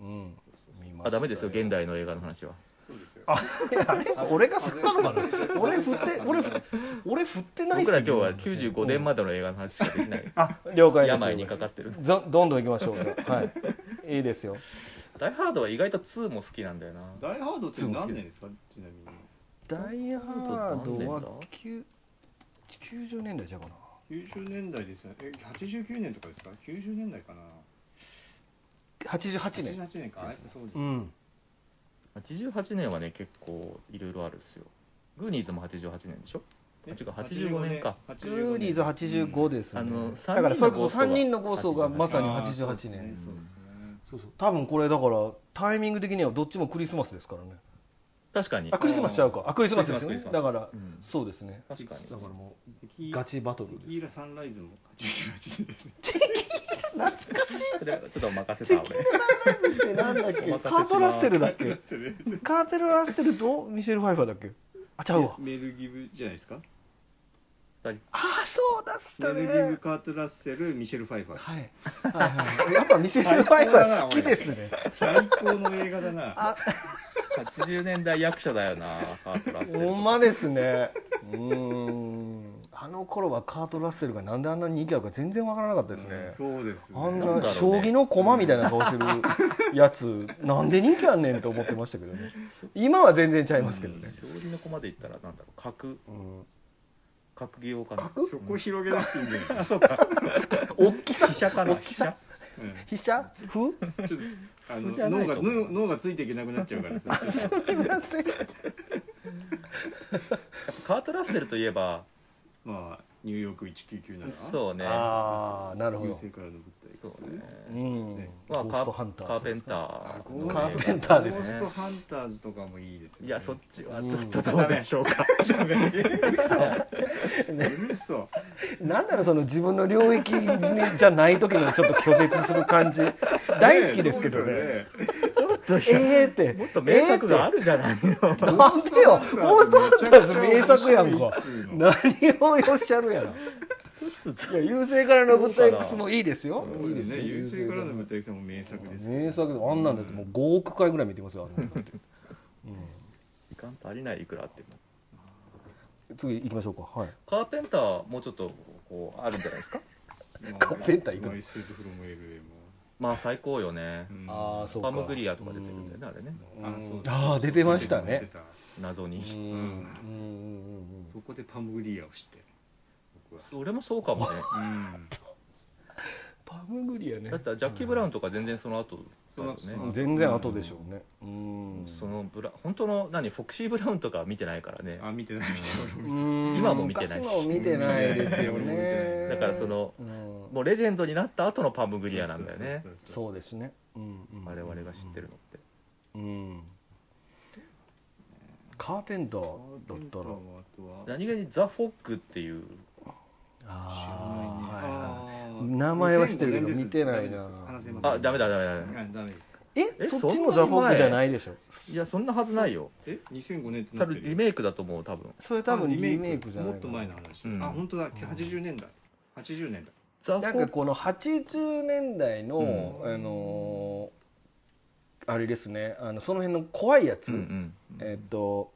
Speaker 3: うん見ました
Speaker 1: あダメですよ現代の映画の話は
Speaker 2: そうですよ
Speaker 3: あれ俺が振ったのかな俺振って俺振俺振ってない
Speaker 1: 僕
Speaker 3: っす
Speaker 1: ら
Speaker 3: よ
Speaker 1: 今日は95年までの映画の話しかできない
Speaker 3: あ了解です
Speaker 1: 病にかかってる
Speaker 3: どどんどん行きましょうじゃあはいいいですよ
Speaker 1: 「ダイ・ハード」は意外と2も好きなんだよな
Speaker 2: ダイハードって何年ですかちなみに
Speaker 3: ダイハードは
Speaker 1: 何年だ
Speaker 3: きゅう90年代じゃうかな
Speaker 2: 90年代ですよねえ89年とかですか90年代かな
Speaker 3: 88年
Speaker 2: 88年かあやっぱそうです
Speaker 3: う
Speaker 2: ね
Speaker 3: ん
Speaker 1: 88年はね結構いろいろあるんですよグーニーズも88年でしょ
Speaker 2: え
Speaker 1: 違う85年か
Speaker 2: 85
Speaker 3: グーリーズ85ですね、
Speaker 1: あの
Speaker 3: だからそれこそ3
Speaker 1: 3
Speaker 3: 人
Speaker 1: 人
Speaker 3: の
Speaker 1: の合
Speaker 3: 合奏
Speaker 1: 奏が
Speaker 3: がまさに
Speaker 2: あーそう
Speaker 3: 88年
Speaker 2: ですね
Speaker 3: そうそう多分これだからタイミング的にはどっちもクリスマスですからね
Speaker 1: 確かに
Speaker 3: あクリスマスちゃうかあクリスマスですよ
Speaker 1: クリ
Speaker 3: ね
Speaker 1: スマスクリスマス
Speaker 3: だから、
Speaker 1: うん
Speaker 3: そうですね
Speaker 1: 確かに
Speaker 3: だからもう
Speaker 2: 敵
Speaker 3: ガチバトル
Speaker 2: イー
Speaker 3: で
Speaker 2: ラサンライズも88年ですね
Speaker 1: それはちょっと任せた俺
Speaker 3: すえなんだ
Speaker 1: お
Speaker 3: っ
Speaker 1: 任せし
Speaker 3: け
Speaker 1: ます
Speaker 3: カートラッセルだっけ
Speaker 2: それ
Speaker 3: カートラッセルとミシェル・ファイファーだっけあちゃうわ
Speaker 2: メルギブじゃないですか
Speaker 3: あーそうだっ
Speaker 2: メ
Speaker 3: た
Speaker 2: ルギブ
Speaker 3: ね
Speaker 2: カートラッセルミシェル・ファ イファー
Speaker 3: はい、はいはい、やっぱミシェル・ファイファー好きですね
Speaker 2: 最高の映画だな
Speaker 1: 80年代役者だよなカートラッセル
Speaker 3: ほんまですねうーんあの頃はカート・ラッセルがなんであんなに人気あるか全然わからなかったですね、
Speaker 2: そうですね
Speaker 3: あ
Speaker 1: な
Speaker 3: ん
Speaker 1: んだろう
Speaker 3: な
Speaker 1: ね
Speaker 3: 将棋の駒みたいな顔してるやつ、なんで人気あんねんと思ってましたけどね今は全然ちゃいますけどね、
Speaker 1: 将棋の駒で言ったらなんだろう角
Speaker 3: うん、
Speaker 1: 角業かな
Speaker 3: 角
Speaker 2: そこ広げなくていいんじゃ ない
Speaker 1: あそうか
Speaker 3: 大きさ
Speaker 1: 飛車かな飛車
Speaker 3: 飛車歩
Speaker 2: うんちょっとあ
Speaker 1: それじゃ
Speaker 2: の
Speaker 1: ない
Speaker 2: 脳
Speaker 1: と
Speaker 2: が
Speaker 1: 思う
Speaker 2: 脳脳がついていけなくなっちゃうからさ
Speaker 3: すいません
Speaker 1: カート・ラッセルといえば
Speaker 2: まあニューヨーク1997
Speaker 1: そうね
Speaker 3: ああなるほ
Speaker 2: 優
Speaker 3: ど
Speaker 2: 勢からの物体
Speaker 1: そう
Speaker 3: う
Speaker 1: ね
Speaker 3: ん
Speaker 2: ね
Speaker 1: まあ
Speaker 3: ゴーストハンター
Speaker 1: カーペンタ
Speaker 2: あ
Speaker 1: ー
Speaker 2: ゴ
Speaker 1: の
Speaker 3: カ
Speaker 2: ー
Speaker 3: ー
Speaker 2: ス
Speaker 3: ペンターです
Speaker 2: ゴ
Speaker 3: ね
Speaker 2: ーストハンターズとかもいいですね
Speaker 1: いやそっちは
Speaker 3: うん
Speaker 1: ちょっとどうでしょうか、
Speaker 2: 嘘
Speaker 3: なんだろうその自分の領域じゃない時のちょっと拒絶する感じ大好きですけどね
Speaker 2: ね
Speaker 1: ちょっと
Speaker 3: ええって
Speaker 1: もっと名作があるじゃないの、
Speaker 3: なんでよゴーストハンターズ名作やんか何をおっしゃるやらいや優勢からの物体 X もいいですよ
Speaker 2: そう
Speaker 3: いい
Speaker 2: で
Speaker 3: ですす
Speaker 2: ね
Speaker 3: よ
Speaker 2: 優勢からの
Speaker 3: 優
Speaker 2: 無敵さんも名作です
Speaker 3: 名作であんなんだってもう5億回ぐらい見てますよあんなのだって
Speaker 1: 時間足りないいくらあっても
Speaker 3: 次行きましょうかはい
Speaker 1: カーペンターもうちょっとこうあるんじゃないですか
Speaker 3: カーペンター行く
Speaker 2: マイスープフロム LA も
Speaker 1: まあ最高よね、
Speaker 2: うん
Speaker 3: ああそう
Speaker 1: パ
Speaker 3: か
Speaker 1: ムグリアとか出てるんだよね、あれね
Speaker 3: うん
Speaker 2: あそう
Speaker 3: あー出てました
Speaker 2: 出
Speaker 3: ね
Speaker 2: てた
Speaker 1: 謎
Speaker 3: う
Speaker 1: に、
Speaker 3: んうんうん
Speaker 2: そこでパムグリアを知って僕は
Speaker 1: それもそうかもね
Speaker 2: うん
Speaker 3: パムグリアね
Speaker 1: だったらジャッキー・ブラウンとか全然その後だよ
Speaker 2: そ
Speaker 1: ね
Speaker 2: う
Speaker 3: 全然後でしょうねうん
Speaker 1: そのブラ本当の何フォクシー・ブラウンとかは見てないからね
Speaker 2: あ見てない見てない俺も
Speaker 1: 今も見てないし
Speaker 3: 昔も見てないですよね
Speaker 1: だからその
Speaker 3: うん
Speaker 1: もうレジェンドになった後のパムグリアなんだよね
Speaker 2: そうそうそうそう
Speaker 3: そうですねうんうん
Speaker 1: 我々が知ってるのって
Speaker 3: うんカーペンターだったら
Speaker 2: ら
Speaker 1: 何気にザ・フォックっていう
Speaker 3: あ
Speaker 2: はいはい
Speaker 3: 名前は知ってるけど
Speaker 2: 2005
Speaker 3: 見てな
Speaker 2: ダメ
Speaker 3: いな
Speaker 2: です話せません
Speaker 1: あダメだダメだダメだ
Speaker 2: あダメですか
Speaker 3: ーはいはい
Speaker 1: え
Speaker 3: えそっちのザ・フォックじゃないでしょ
Speaker 1: いやそんなはずないよ
Speaker 2: え2005年ってな
Speaker 1: 多
Speaker 2: って
Speaker 1: 分
Speaker 2: る
Speaker 1: リメイクだと思う多分
Speaker 3: それ多分リメイクじゃない
Speaker 2: もっと前の話、
Speaker 1: うん
Speaker 2: あ本当だ80年代80年代
Speaker 1: ザ・フ
Speaker 3: な
Speaker 1: ォ
Speaker 3: んか
Speaker 1: ック
Speaker 3: この80年代の、
Speaker 1: う
Speaker 3: あのーあれですねあのその辺の怖いやつ、
Speaker 1: うんうん
Speaker 3: えっと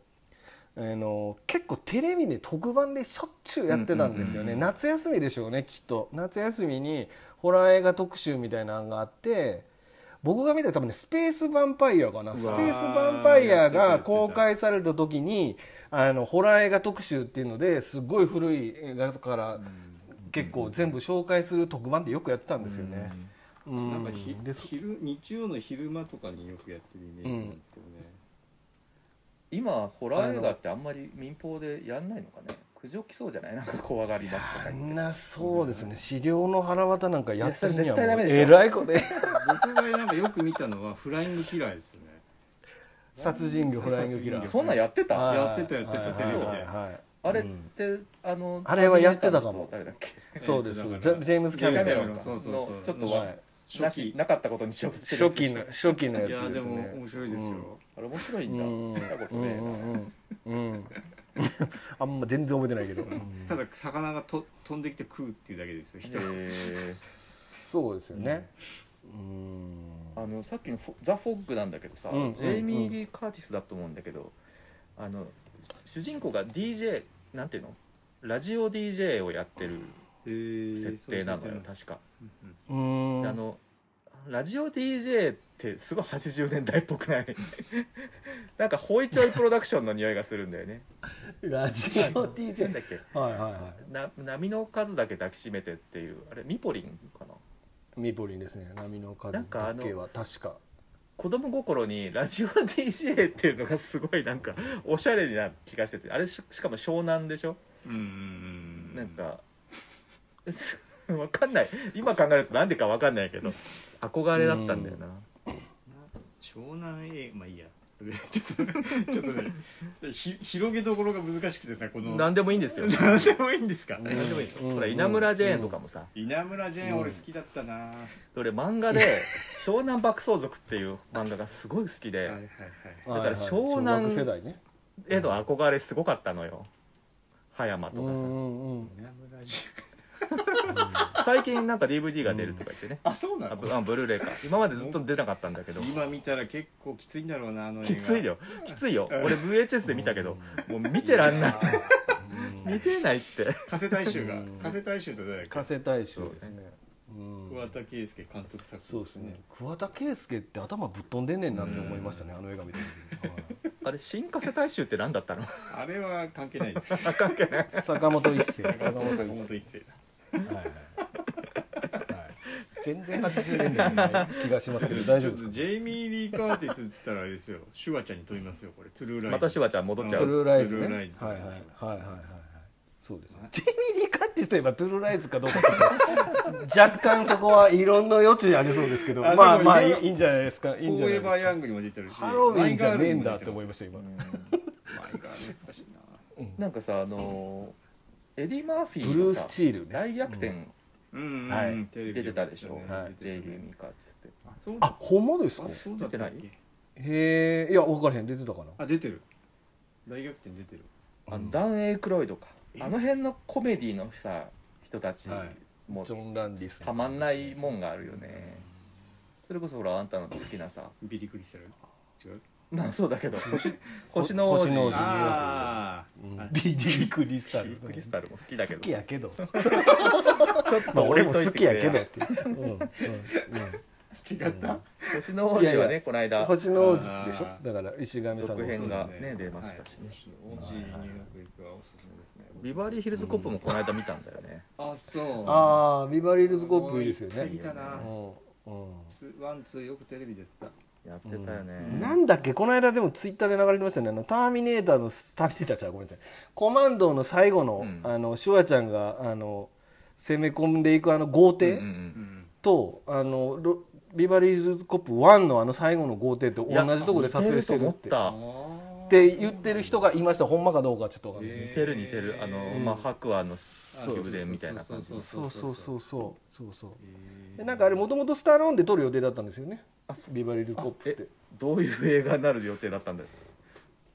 Speaker 3: あの結構テレビで特番でしょっちゅうやってたんです
Speaker 1: うんう
Speaker 3: よね、
Speaker 1: んうんうん
Speaker 3: 夏休みでしょうねきっと夏休みにホラー映画特集みたいなのがあって僕が見た多分ねスペースヴァンパイアかな
Speaker 2: うわー
Speaker 3: スペースヴァンパイア
Speaker 2: やってたやって
Speaker 3: が
Speaker 2: た
Speaker 3: 公開された時にあのホラー映画特集っていうのですごい古い映画から結構全部紹介する特番ってよくやってたんですよね、う
Speaker 2: なんかひ
Speaker 3: でそ
Speaker 2: 昼日曜の昼間とかによくやってるイメージなんですけどね、
Speaker 1: 今ホラー映画ってあんまり民放でやんないのかね苦情来そうじゃない なんか怖がりますと
Speaker 3: あ
Speaker 1: か言っ
Speaker 3: ん
Speaker 1: て
Speaker 3: なそうですね資料の腹渡なんかやってるにはも
Speaker 1: いやそれ絶対ダ
Speaker 3: う
Speaker 1: メでしょ
Speaker 3: えらいことで
Speaker 2: 僕がなんかよく見たのはフライングキラーですよね
Speaker 3: 殺人魚フライングキ
Speaker 2: 殺人
Speaker 3: ラ
Speaker 2: 魚
Speaker 3: ー
Speaker 1: そんなんやってた
Speaker 3: はい
Speaker 2: やってたやってた
Speaker 3: はい
Speaker 1: テレビで
Speaker 3: はいはい
Speaker 1: あれっ
Speaker 3: うん
Speaker 1: てあの
Speaker 3: あれはやってたかも
Speaker 1: 誰だっけ
Speaker 3: そうです
Speaker 2: えーとだ
Speaker 3: ジ
Speaker 2: から
Speaker 3: ェジェームズキャメロン
Speaker 1: ジェームズキャメロン
Speaker 2: そうそうそう
Speaker 1: ちょっと
Speaker 3: はい
Speaker 1: な
Speaker 2: 初
Speaker 1: き
Speaker 2: 期
Speaker 1: なかったことにしようとしてるや
Speaker 3: 初
Speaker 1: つで
Speaker 3: 期
Speaker 1: しょ
Speaker 3: の初期の
Speaker 2: い
Speaker 3: や
Speaker 2: や
Speaker 3: つ
Speaker 2: で
Speaker 3: です
Speaker 2: も
Speaker 3: ね
Speaker 2: 面白いですよ、
Speaker 1: あれ面白い
Speaker 3: うん
Speaker 1: んだ見たこと
Speaker 3: うんう
Speaker 1: ねえなん
Speaker 3: うんうん あんま全然覚えてないけど
Speaker 2: ただ魚がと飛んできて食うっていうだけですよ人、
Speaker 1: え
Speaker 3: そうですよねうん
Speaker 1: ーあのさっきのフォザ・フォッグなんだけどさ、
Speaker 3: うん
Speaker 1: ジェイミー
Speaker 3: うん・
Speaker 1: リー・カーティスだと思うんだけどあの主人公が DJ なんていうのラジオ DJ をやってる
Speaker 2: えー
Speaker 1: 設定なのよ、確か、
Speaker 3: うん
Speaker 1: あのラジオ DJ ってすごい80年代っぽくない なんかホイチョイプロダクションの匂いがするんだよね
Speaker 3: ラジオ
Speaker 1: なん
Speaker 3: DJ
Speaker 1: だっけ
Speaker 3: はいはいは
Speaker 1: な波の数だけ抱きしめてっていうあれミポリンかない
Speaker 3: ミポリンですね波の数
Speaker 1: なんかあ
Speaker 3: だ
Speaker 1: の
Speaker 3: けは確か
Speaker 1: 子供心にラジオ DJ っていうのがすごいなんかおしゃれな気がしててあれししかも湘南でしょ
Speaker 2: うんうんうん
Speaker 1: なんかわかんない今考えるとなんでかわかんないけど憧れだったんだよな
Speaker 2: 湘南へまあいいやちょっとちょっとねひ広げどころが難しくてさこの
Speaker 1: 何でもいいんですよ
Speaker 2: 何でもいいんですか
Speaker 1: 何でもいいです
Speaker 3: う
Speaker 1: よ
Speaker 3: ん
Speaker 1: ほら稲村ジェーンとかもさ
Speaker 2: 稲村ジェーン俺好きだったなは
Speaker 1: 俺漫画で「湘南爆走族」っていう漫画がすごい好き
Speaker 2: いはい
Speaker 1: で
Speaker 2: はい
Speaker 1: だから湘
Speaker 3: 小
Speaker 1: 南
Speaker 3: 学世代ね
Speaker 1: 絵の憧れすごかったのよ葉山とかさ
Speaker 3: うんうん
Speaker 2: 稲村ジェーン
Speaker 1: 最近なんか DVD が出るとか言ってね
Speaker 2: あそうな
Speaker 1: あ
Speaker 2: の
Speaker 1: ブあブルーレイか今までずっと出なかったんだけど
Speaker 2: 今見たら結構きついんだろうなあの映画
Speaker 1: きつい
Speaker 2: よ
Speaker 1: よきついよ俺 VHS で見たけどもう見てらんない見てないって
Speaker 2: 加瀬大衆
Speaker 3: う
Speaker 2: が
Speaker 3: ん
Speaker 2: 加瀬大衆って誰だっけ
Speaker 3: 加瀬大将ですねうん
Speaker 2: 桑田佳祐監督作
Speaker 3: そうですね桑田佳祐って頭ぶっ飛んでんねんなって思いましたねあの映画見た時にはい
Speaker 1: あれ新加瀬大衆って何だったの
Speaker 2: あれは関係ないです
Speaker 1: 関係ない
Speaker 3: 坂本一世
Speaker 2: 坂
Speaker 3: 坂本一世
Speaker 2: 本一世
Speaker 3: はい全然80年代の気がしますけど大丈夫ですか
Speaker 2: ジェイミー・リー・カーティスっつったらあれですよシュワちゃんに飛びますよこれトゥルーライズ
Speaker 1: またシュワちゃん戻っちゃ
Speaker 3: トゥ
Speaker 1: う
Speaker 3: ルーライズね
Speaker 2: トゥルーライズ
Speaker 3: はいはいはいはいはいはいそうですねジェイミー・リー・カーティスといえばトゥルーライズかどうかちょっと 若干そこは異論の余地ありそうですけど
Speaker 2: あ
Speaker 3: まあ
Speaker 2: でも
Speaker 3: まあ
Speaker 2: い
Speaker 3: い
Speaker 2: ろいろ
Speaker 3: いいいんじゃないですかいいんじゃ
Speaker 2: フォ
Speaker 3: な
Speaker 2: ーエ
Speaker 3: い
Speaker 2: バー・
Speaker 3: です
Speaker 2: ヤ
Speaker 3: か
Speaker 2: ングにも出てるし
Speaker 3: ハロウィンじゃねえんだって思い
Speaker 2: ま
Speaker 3: ました今、
Speaker 2: マイガー懐かしいな
Speaker 1: なんかさあのーエディ・マーフィ
Speaker 3: ブ
Speaker 1: ー
Speaker 3: ル
Speaker 1: の
Speaker 3: ース
Speaker 1: さ
Speaker 3: チールね
Speaker 1: 大逆転
Speaker 2: うんうんうん
Speaker 3: はい
Speaker 2: テレビ
Speaker 1: 出てたでしょ
Speaker 3: はい
Speaker 1: J リーミーかっつって
Speaker 2: あそうだ
Speaker 3: あほんまですか
Speaker 2: あそうだったっ
Speaker 1: 出て
Speaker 2: け
Speaker 3: へえいや分からへん出てたかな
Speaker 2: あ出てる大逆転出てる
Speaker 1: あ
Speaker 3: うん
Speaker 1: のダン・エイクロイドか
Speaker 2: え
Speaker 1: あの辺のコメディのさ人たち
Speaker 3: はい
Speaker 1: も
Speaker 3: ジョン・ランディス
Speaker 1: たまんないもんがあるよねそれこそほらあんたの好きなさ
Speaker 2: ビリークリスタル違う
Speaker 1: まあそうだけど 星星の王
Speaker 3: 星の
Speaker 1: 子
Speaker 3: 王子
Speaker 1: あ
Speaker 2: あ
Speaker 3: うん
Speaker 2: あ
Speaker 3: ビリー・クリスタ
Speaker 1: シ
Speaker 3: ル
Speaker 1: ークリスタルも好きだけど
Speaker 3: 好きやけど
Speaker 1: ちょっ
Speaker 3: まあ
Speaker 1: と
Speaker 3: 俺
Speaker 1: 俺
Speaker 3: も
Speaker 1: も
Speaker 3: 好
Speaker 1: 好
Speaker 3: き
Speaker 1: き
Speaker 3: や
Speaker 1: や
Speaker 3: け
Speaker 1: けど
Speaker 3: どってうんうんう
Speaker 2: 違
Speaker 3: ん
Speaker 2: った
Speaker 1: 星の王
Speaker 3: い
Speaker 1: 子
Speaker 3: やい
Speaker 1: は
Speaker 3: や
Speaker 1: ねこの間
Speaker 3: 星の王子でしょ
Speaker 2: あー
Speaker 3: だから石神さん
Speaker 1: 続
Speaker 3: の
Speaker 1: 編がね
Speaker 2: そうです
Speaker 1: 出ましたしね
Speaker 2: はい王子入学行くはおすすめですね
Speaker 1: ビバリーヒルズコップもこの間見たんだよね
Speaker 2: あそう
Speaker 3: ああビバリールズコップいいですよ
Speaker 2: もう
Speaker 3: ね
Speaker 2: 一回見たな
Speaker 3: うんうん
Speaker 2: ツーワンツーよくテレビでやってた
Speaker 1: やってたよ
Speaker 3: うん
Speaker 1: ね
Speaker 3: なんだっけこの間でもツイッターで流れてましたよねあのターミネーターのターミネーターじゃごめんなさいコマンドの最後
Speaker 1: う
Speaker 3: の,、
Speaker 1: ん
Speaker 3: あのシュワちゃんがあの攻め込んでいくあの豪邸、
Speaker 1: うんうん
Speaker 2: ん
Speaker 3: とあのロビバリーズコップ1のあの最後の豪邸と同じとこで撮影してるっ
Speaker 1: いや似てる
Speaker 3: て
Speaker 1: と
Speaker 2: あ
Speaker 1: 思っ
Speaker 3: って言ってる人がいましたほんまかどうかちょっとわかんない
Speaker 1: た
Speaker 3: で
Speaker 1: 似てる似てるあの
Speaker 3: うん
Speaker 1: まあ白亜の
Speaker 3: そう
Speaker 1: 宮殿みたいな感じ
Speaker 2: そう
Speaker 3: すそうそうそうそうそうそうで
Speaker 2: え
Speaker 3: なんかあれもともとスタローンで撮る予定だったんですよねビバリーズコップっ
Speaker 1: あ
Speaker 3: て
Speaker 1: どういう映画になる予定だったんだよ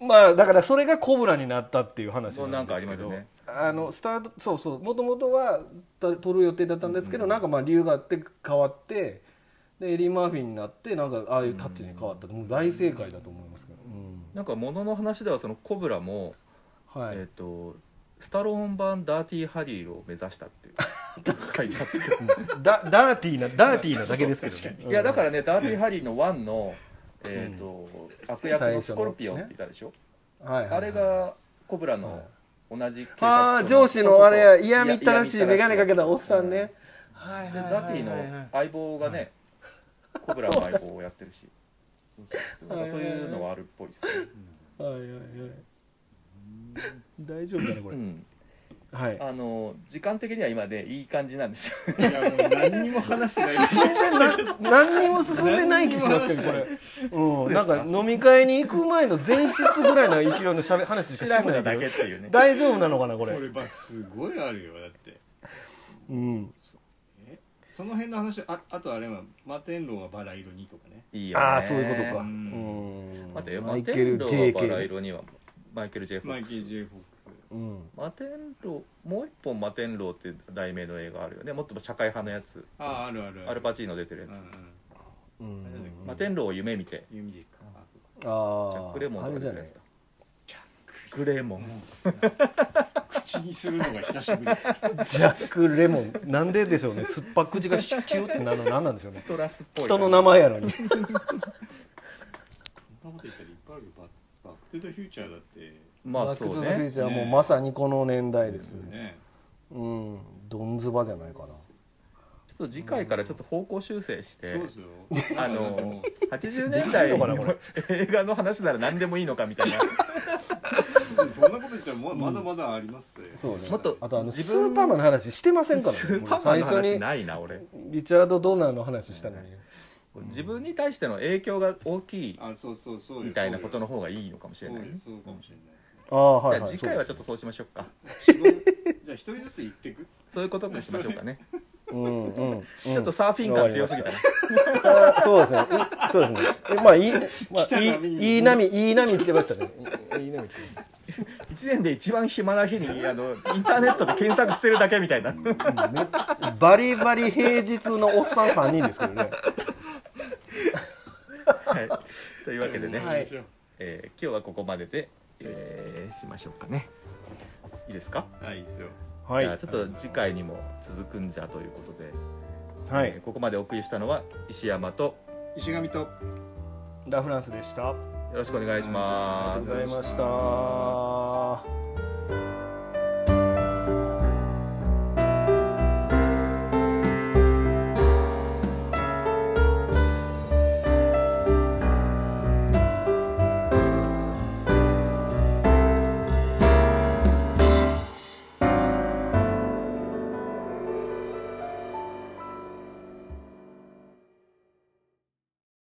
Speaker 3: まあだからそれがコブラになったっていう話なんですけ
Speaker 1: も
Speaker 3: ど
Speaker 1: うなんかあり
Speaker 3: あのスタートそうそうもともとはた撮る予定だったんですけど、なんかまあ理由があって変わってでエリー・マーフィーになってなんかああいうタッチに変わった、もう大正解だと思いますけど、うん
Speaker 1: なんかものの話ではそのコブラも
Speaker 3: はい、
Speaker 1: えっとスタローン版ダーティーハリーを目指したっていう 書いてあったけど
Speaker 3: だダーティーなダーティーなだけですけど
Speaker 1: い
Speaker 3: ね
Speaker 1: やだからねダーティーハリーの1のえっと悪役のスコルピオンっていたでしょ
Speaker 3: ら、はいはいはい
Speaker 1: あれがコブラの同じ警察
Speaker 3: ああ上司のあれや嫌みったらしい眼鏡かけたおっさんね、はい
Speaker 1: でダティの相棒がねコブラの相棒をやってるしなんかそういうのはあるっぽいですね
Speaker 3: はいはいはい大丈夫かなこ
Speaker 1: う
Speaker 3: れ、
Speaker 1: ん
Speaker 3: はい
Speaker 1: あの時間的には今ねいい感じなんですよ
Speaker 2: いやもう何にも話してない です
Speaker 3: 全然な何にも進んでない気しますけどこれ、うん、なんか飲み会に行く前の前室ぐらいの勢いのしゃべ話しか
Speaker 1: 調
Speaker 3: して
Speaker 1: べ
Speaker 3: な
Speaker 1: た
Speaker 3: い
Speaker 1: だけ
Speaker 3: け
Speaker 1: っ
Speaker 3: ど
Speaker 1: ていうね
Speaker 3: 大丈夫なのかなこ
Speaker 2: これ
Speaker 3: れ、
Speaker 2: ばすごいあるよだって
Speaker 3: うん、
Speaker 2: その辺の話ああとあれは摩天楼はバラ色にとかね
Speaker 1: いいよね
Speaker 3: ああそういうことか、う
Speaker 2: うん
Speaker 3: ん、
Speaker 1: 待てよ
Speaker 3: マ
Speaker 1: マ
Speaker 3: イ
Speaker 1: イケ
Speaker 3: ケ
Speaker 1: ル
Speaker 3: ル・・
Speaker 1: ロ
Speaker 3: JK
Speaker 1: ーバラ色にはマイケル・ジェフォ
Speaker 2: マ
Speaker 1: ッ
Speaker 2: イ
Speaker 1: ク
Speaker 2: ケル・
Speaker 1: ス
Speaker 2: ジェイ・フォック
Speaker 3: うん
Speaker 1: マテンロもう一本マテンロって題名の映画あるよねもっと社会派のやつ
Speaker 2: スあああるあるある
Speaker 1: アルパチーノ出てる
Speaker 2: うん
Speaker 1: や
Speaker 2: う
Speaker 1: つ
Speaker 2: ん
Speaker 3: うん
Speaker 1: マテンロを夢見て
Speaker 2: 弓でいくかあそうか
Speaker 3: あー
Speaker 1: ジャック・レモン
Speaker 3: あ
Speaker 1: とか
Speaker 3: れじ
Speaker 1: 出
Speaker 3: ゃ
Speaker 1: てるやつ
Speaker 3: ない
Speaker 1: だジャック・レモン
Speaker 2: 口にするのが久 しぶり
Speaker 3: ジャック・レモンなんででしょうね酸っぱ口がシュッキュってなるの何なんでしょうね
Speaker 1: ストラスっぽい
Speaker 3: 人の名前やのに
Speaker 2: そんなこと言ったらいっぱいあるよバッバック・トゥ・ザ・フューチャーだって
Speaker 1: まあ
Speaker 3: バック
Speaker 1: そ
Speaker 3: トゥ
Speaker 1: う
Speaker 3: ザフュ
Speaker 1: ね
Speaker 3: ーチャーはもうまさにこの年代ですね
Speaker 2: ね
Speaker 3: うんどんずばじゃないかな
Speaker 1: ちょっと次回からちょっと方向修正し
Speaker 2: そう
Speaker 1: て
Speaker 2: で、すよ
Speaker 1: あの80年代
Speaker 3: できんのかな
Speaker 1: の映画の話なら何でもいいのかみたいな
Speaker 2: そんなこと言ったらままだまだありますよ
Speaker 3: そうね
Speaker 1: もっと
Speaker 3: あとあのス
Speaker 1: 自分
Speaker 3: ーパーマンの話してませんからね
Speaker 1: スーパーマンの
Speaker 3: 俺最
Speaker 1: 話
Speaker 3: 初
Speaker 1: ないな俺
Speaker 3: にリチャード・ドナーの話したのに
Speaker 1: 自分に対しての影響が大きい
Speaker 2: あそうそうそうよ
Speaker 1: みたいなことの方がいいのかもし
Speaker 2: そう
Speaker 1: れ
Speaker 2: よ
Speaker 1: ないね
Speaker 2: そうよそうかもしれな
Speaker 3: ああはい
Speaker 1: じゃあ
Speaker 3: はい
Speaker 1: 次回はち
Speaker 3: そ
Speaker 1: ょっとそうしましょうか
Speaker 2: いですね 仕事じゃあ一人ずつ行ってく
Speaker 1: そういうことにしましょうかね
Speaker 3: ううんうんうん
Speaker 1: ちょっとサーフィン感強すぎたね
Speaker 3: さあそうですねいそうですねえまあいいま
Speaker 2: 来た
Speaker 3: あい
Speaker 2: 波
Speaker 3: いいい波いい波来てましたねいい波来てました
Speaker 1: 1年で一番暇な日にあのインターネットで検索してるだけみ たいな
Speaker 3: めっちゃバリバリ平日のおっさん3人ですけどね
Speaker 1: はいというわけでね、
Speaker 2: はい
Speaker 1: えー今日はここまでで、えーしましょうかねいいですか、
Speaker 2: はい、いいですよ。
Speaker 3: は
Speaker 1: じゃあ
Speaker 3: い
Speaker 1: ちょっと次回にも続くんじゃということで、
Speaker 3: は
Speaker 1: えー
Speaker 3: い
Speaker 1: ここまでお送りしたのは石山と
Speaker 2: 石神と。
Speaker 3: ラ・フランスでしたあ
Speaker 1: よろしくお願いします。
Speaker 3: りがとうございました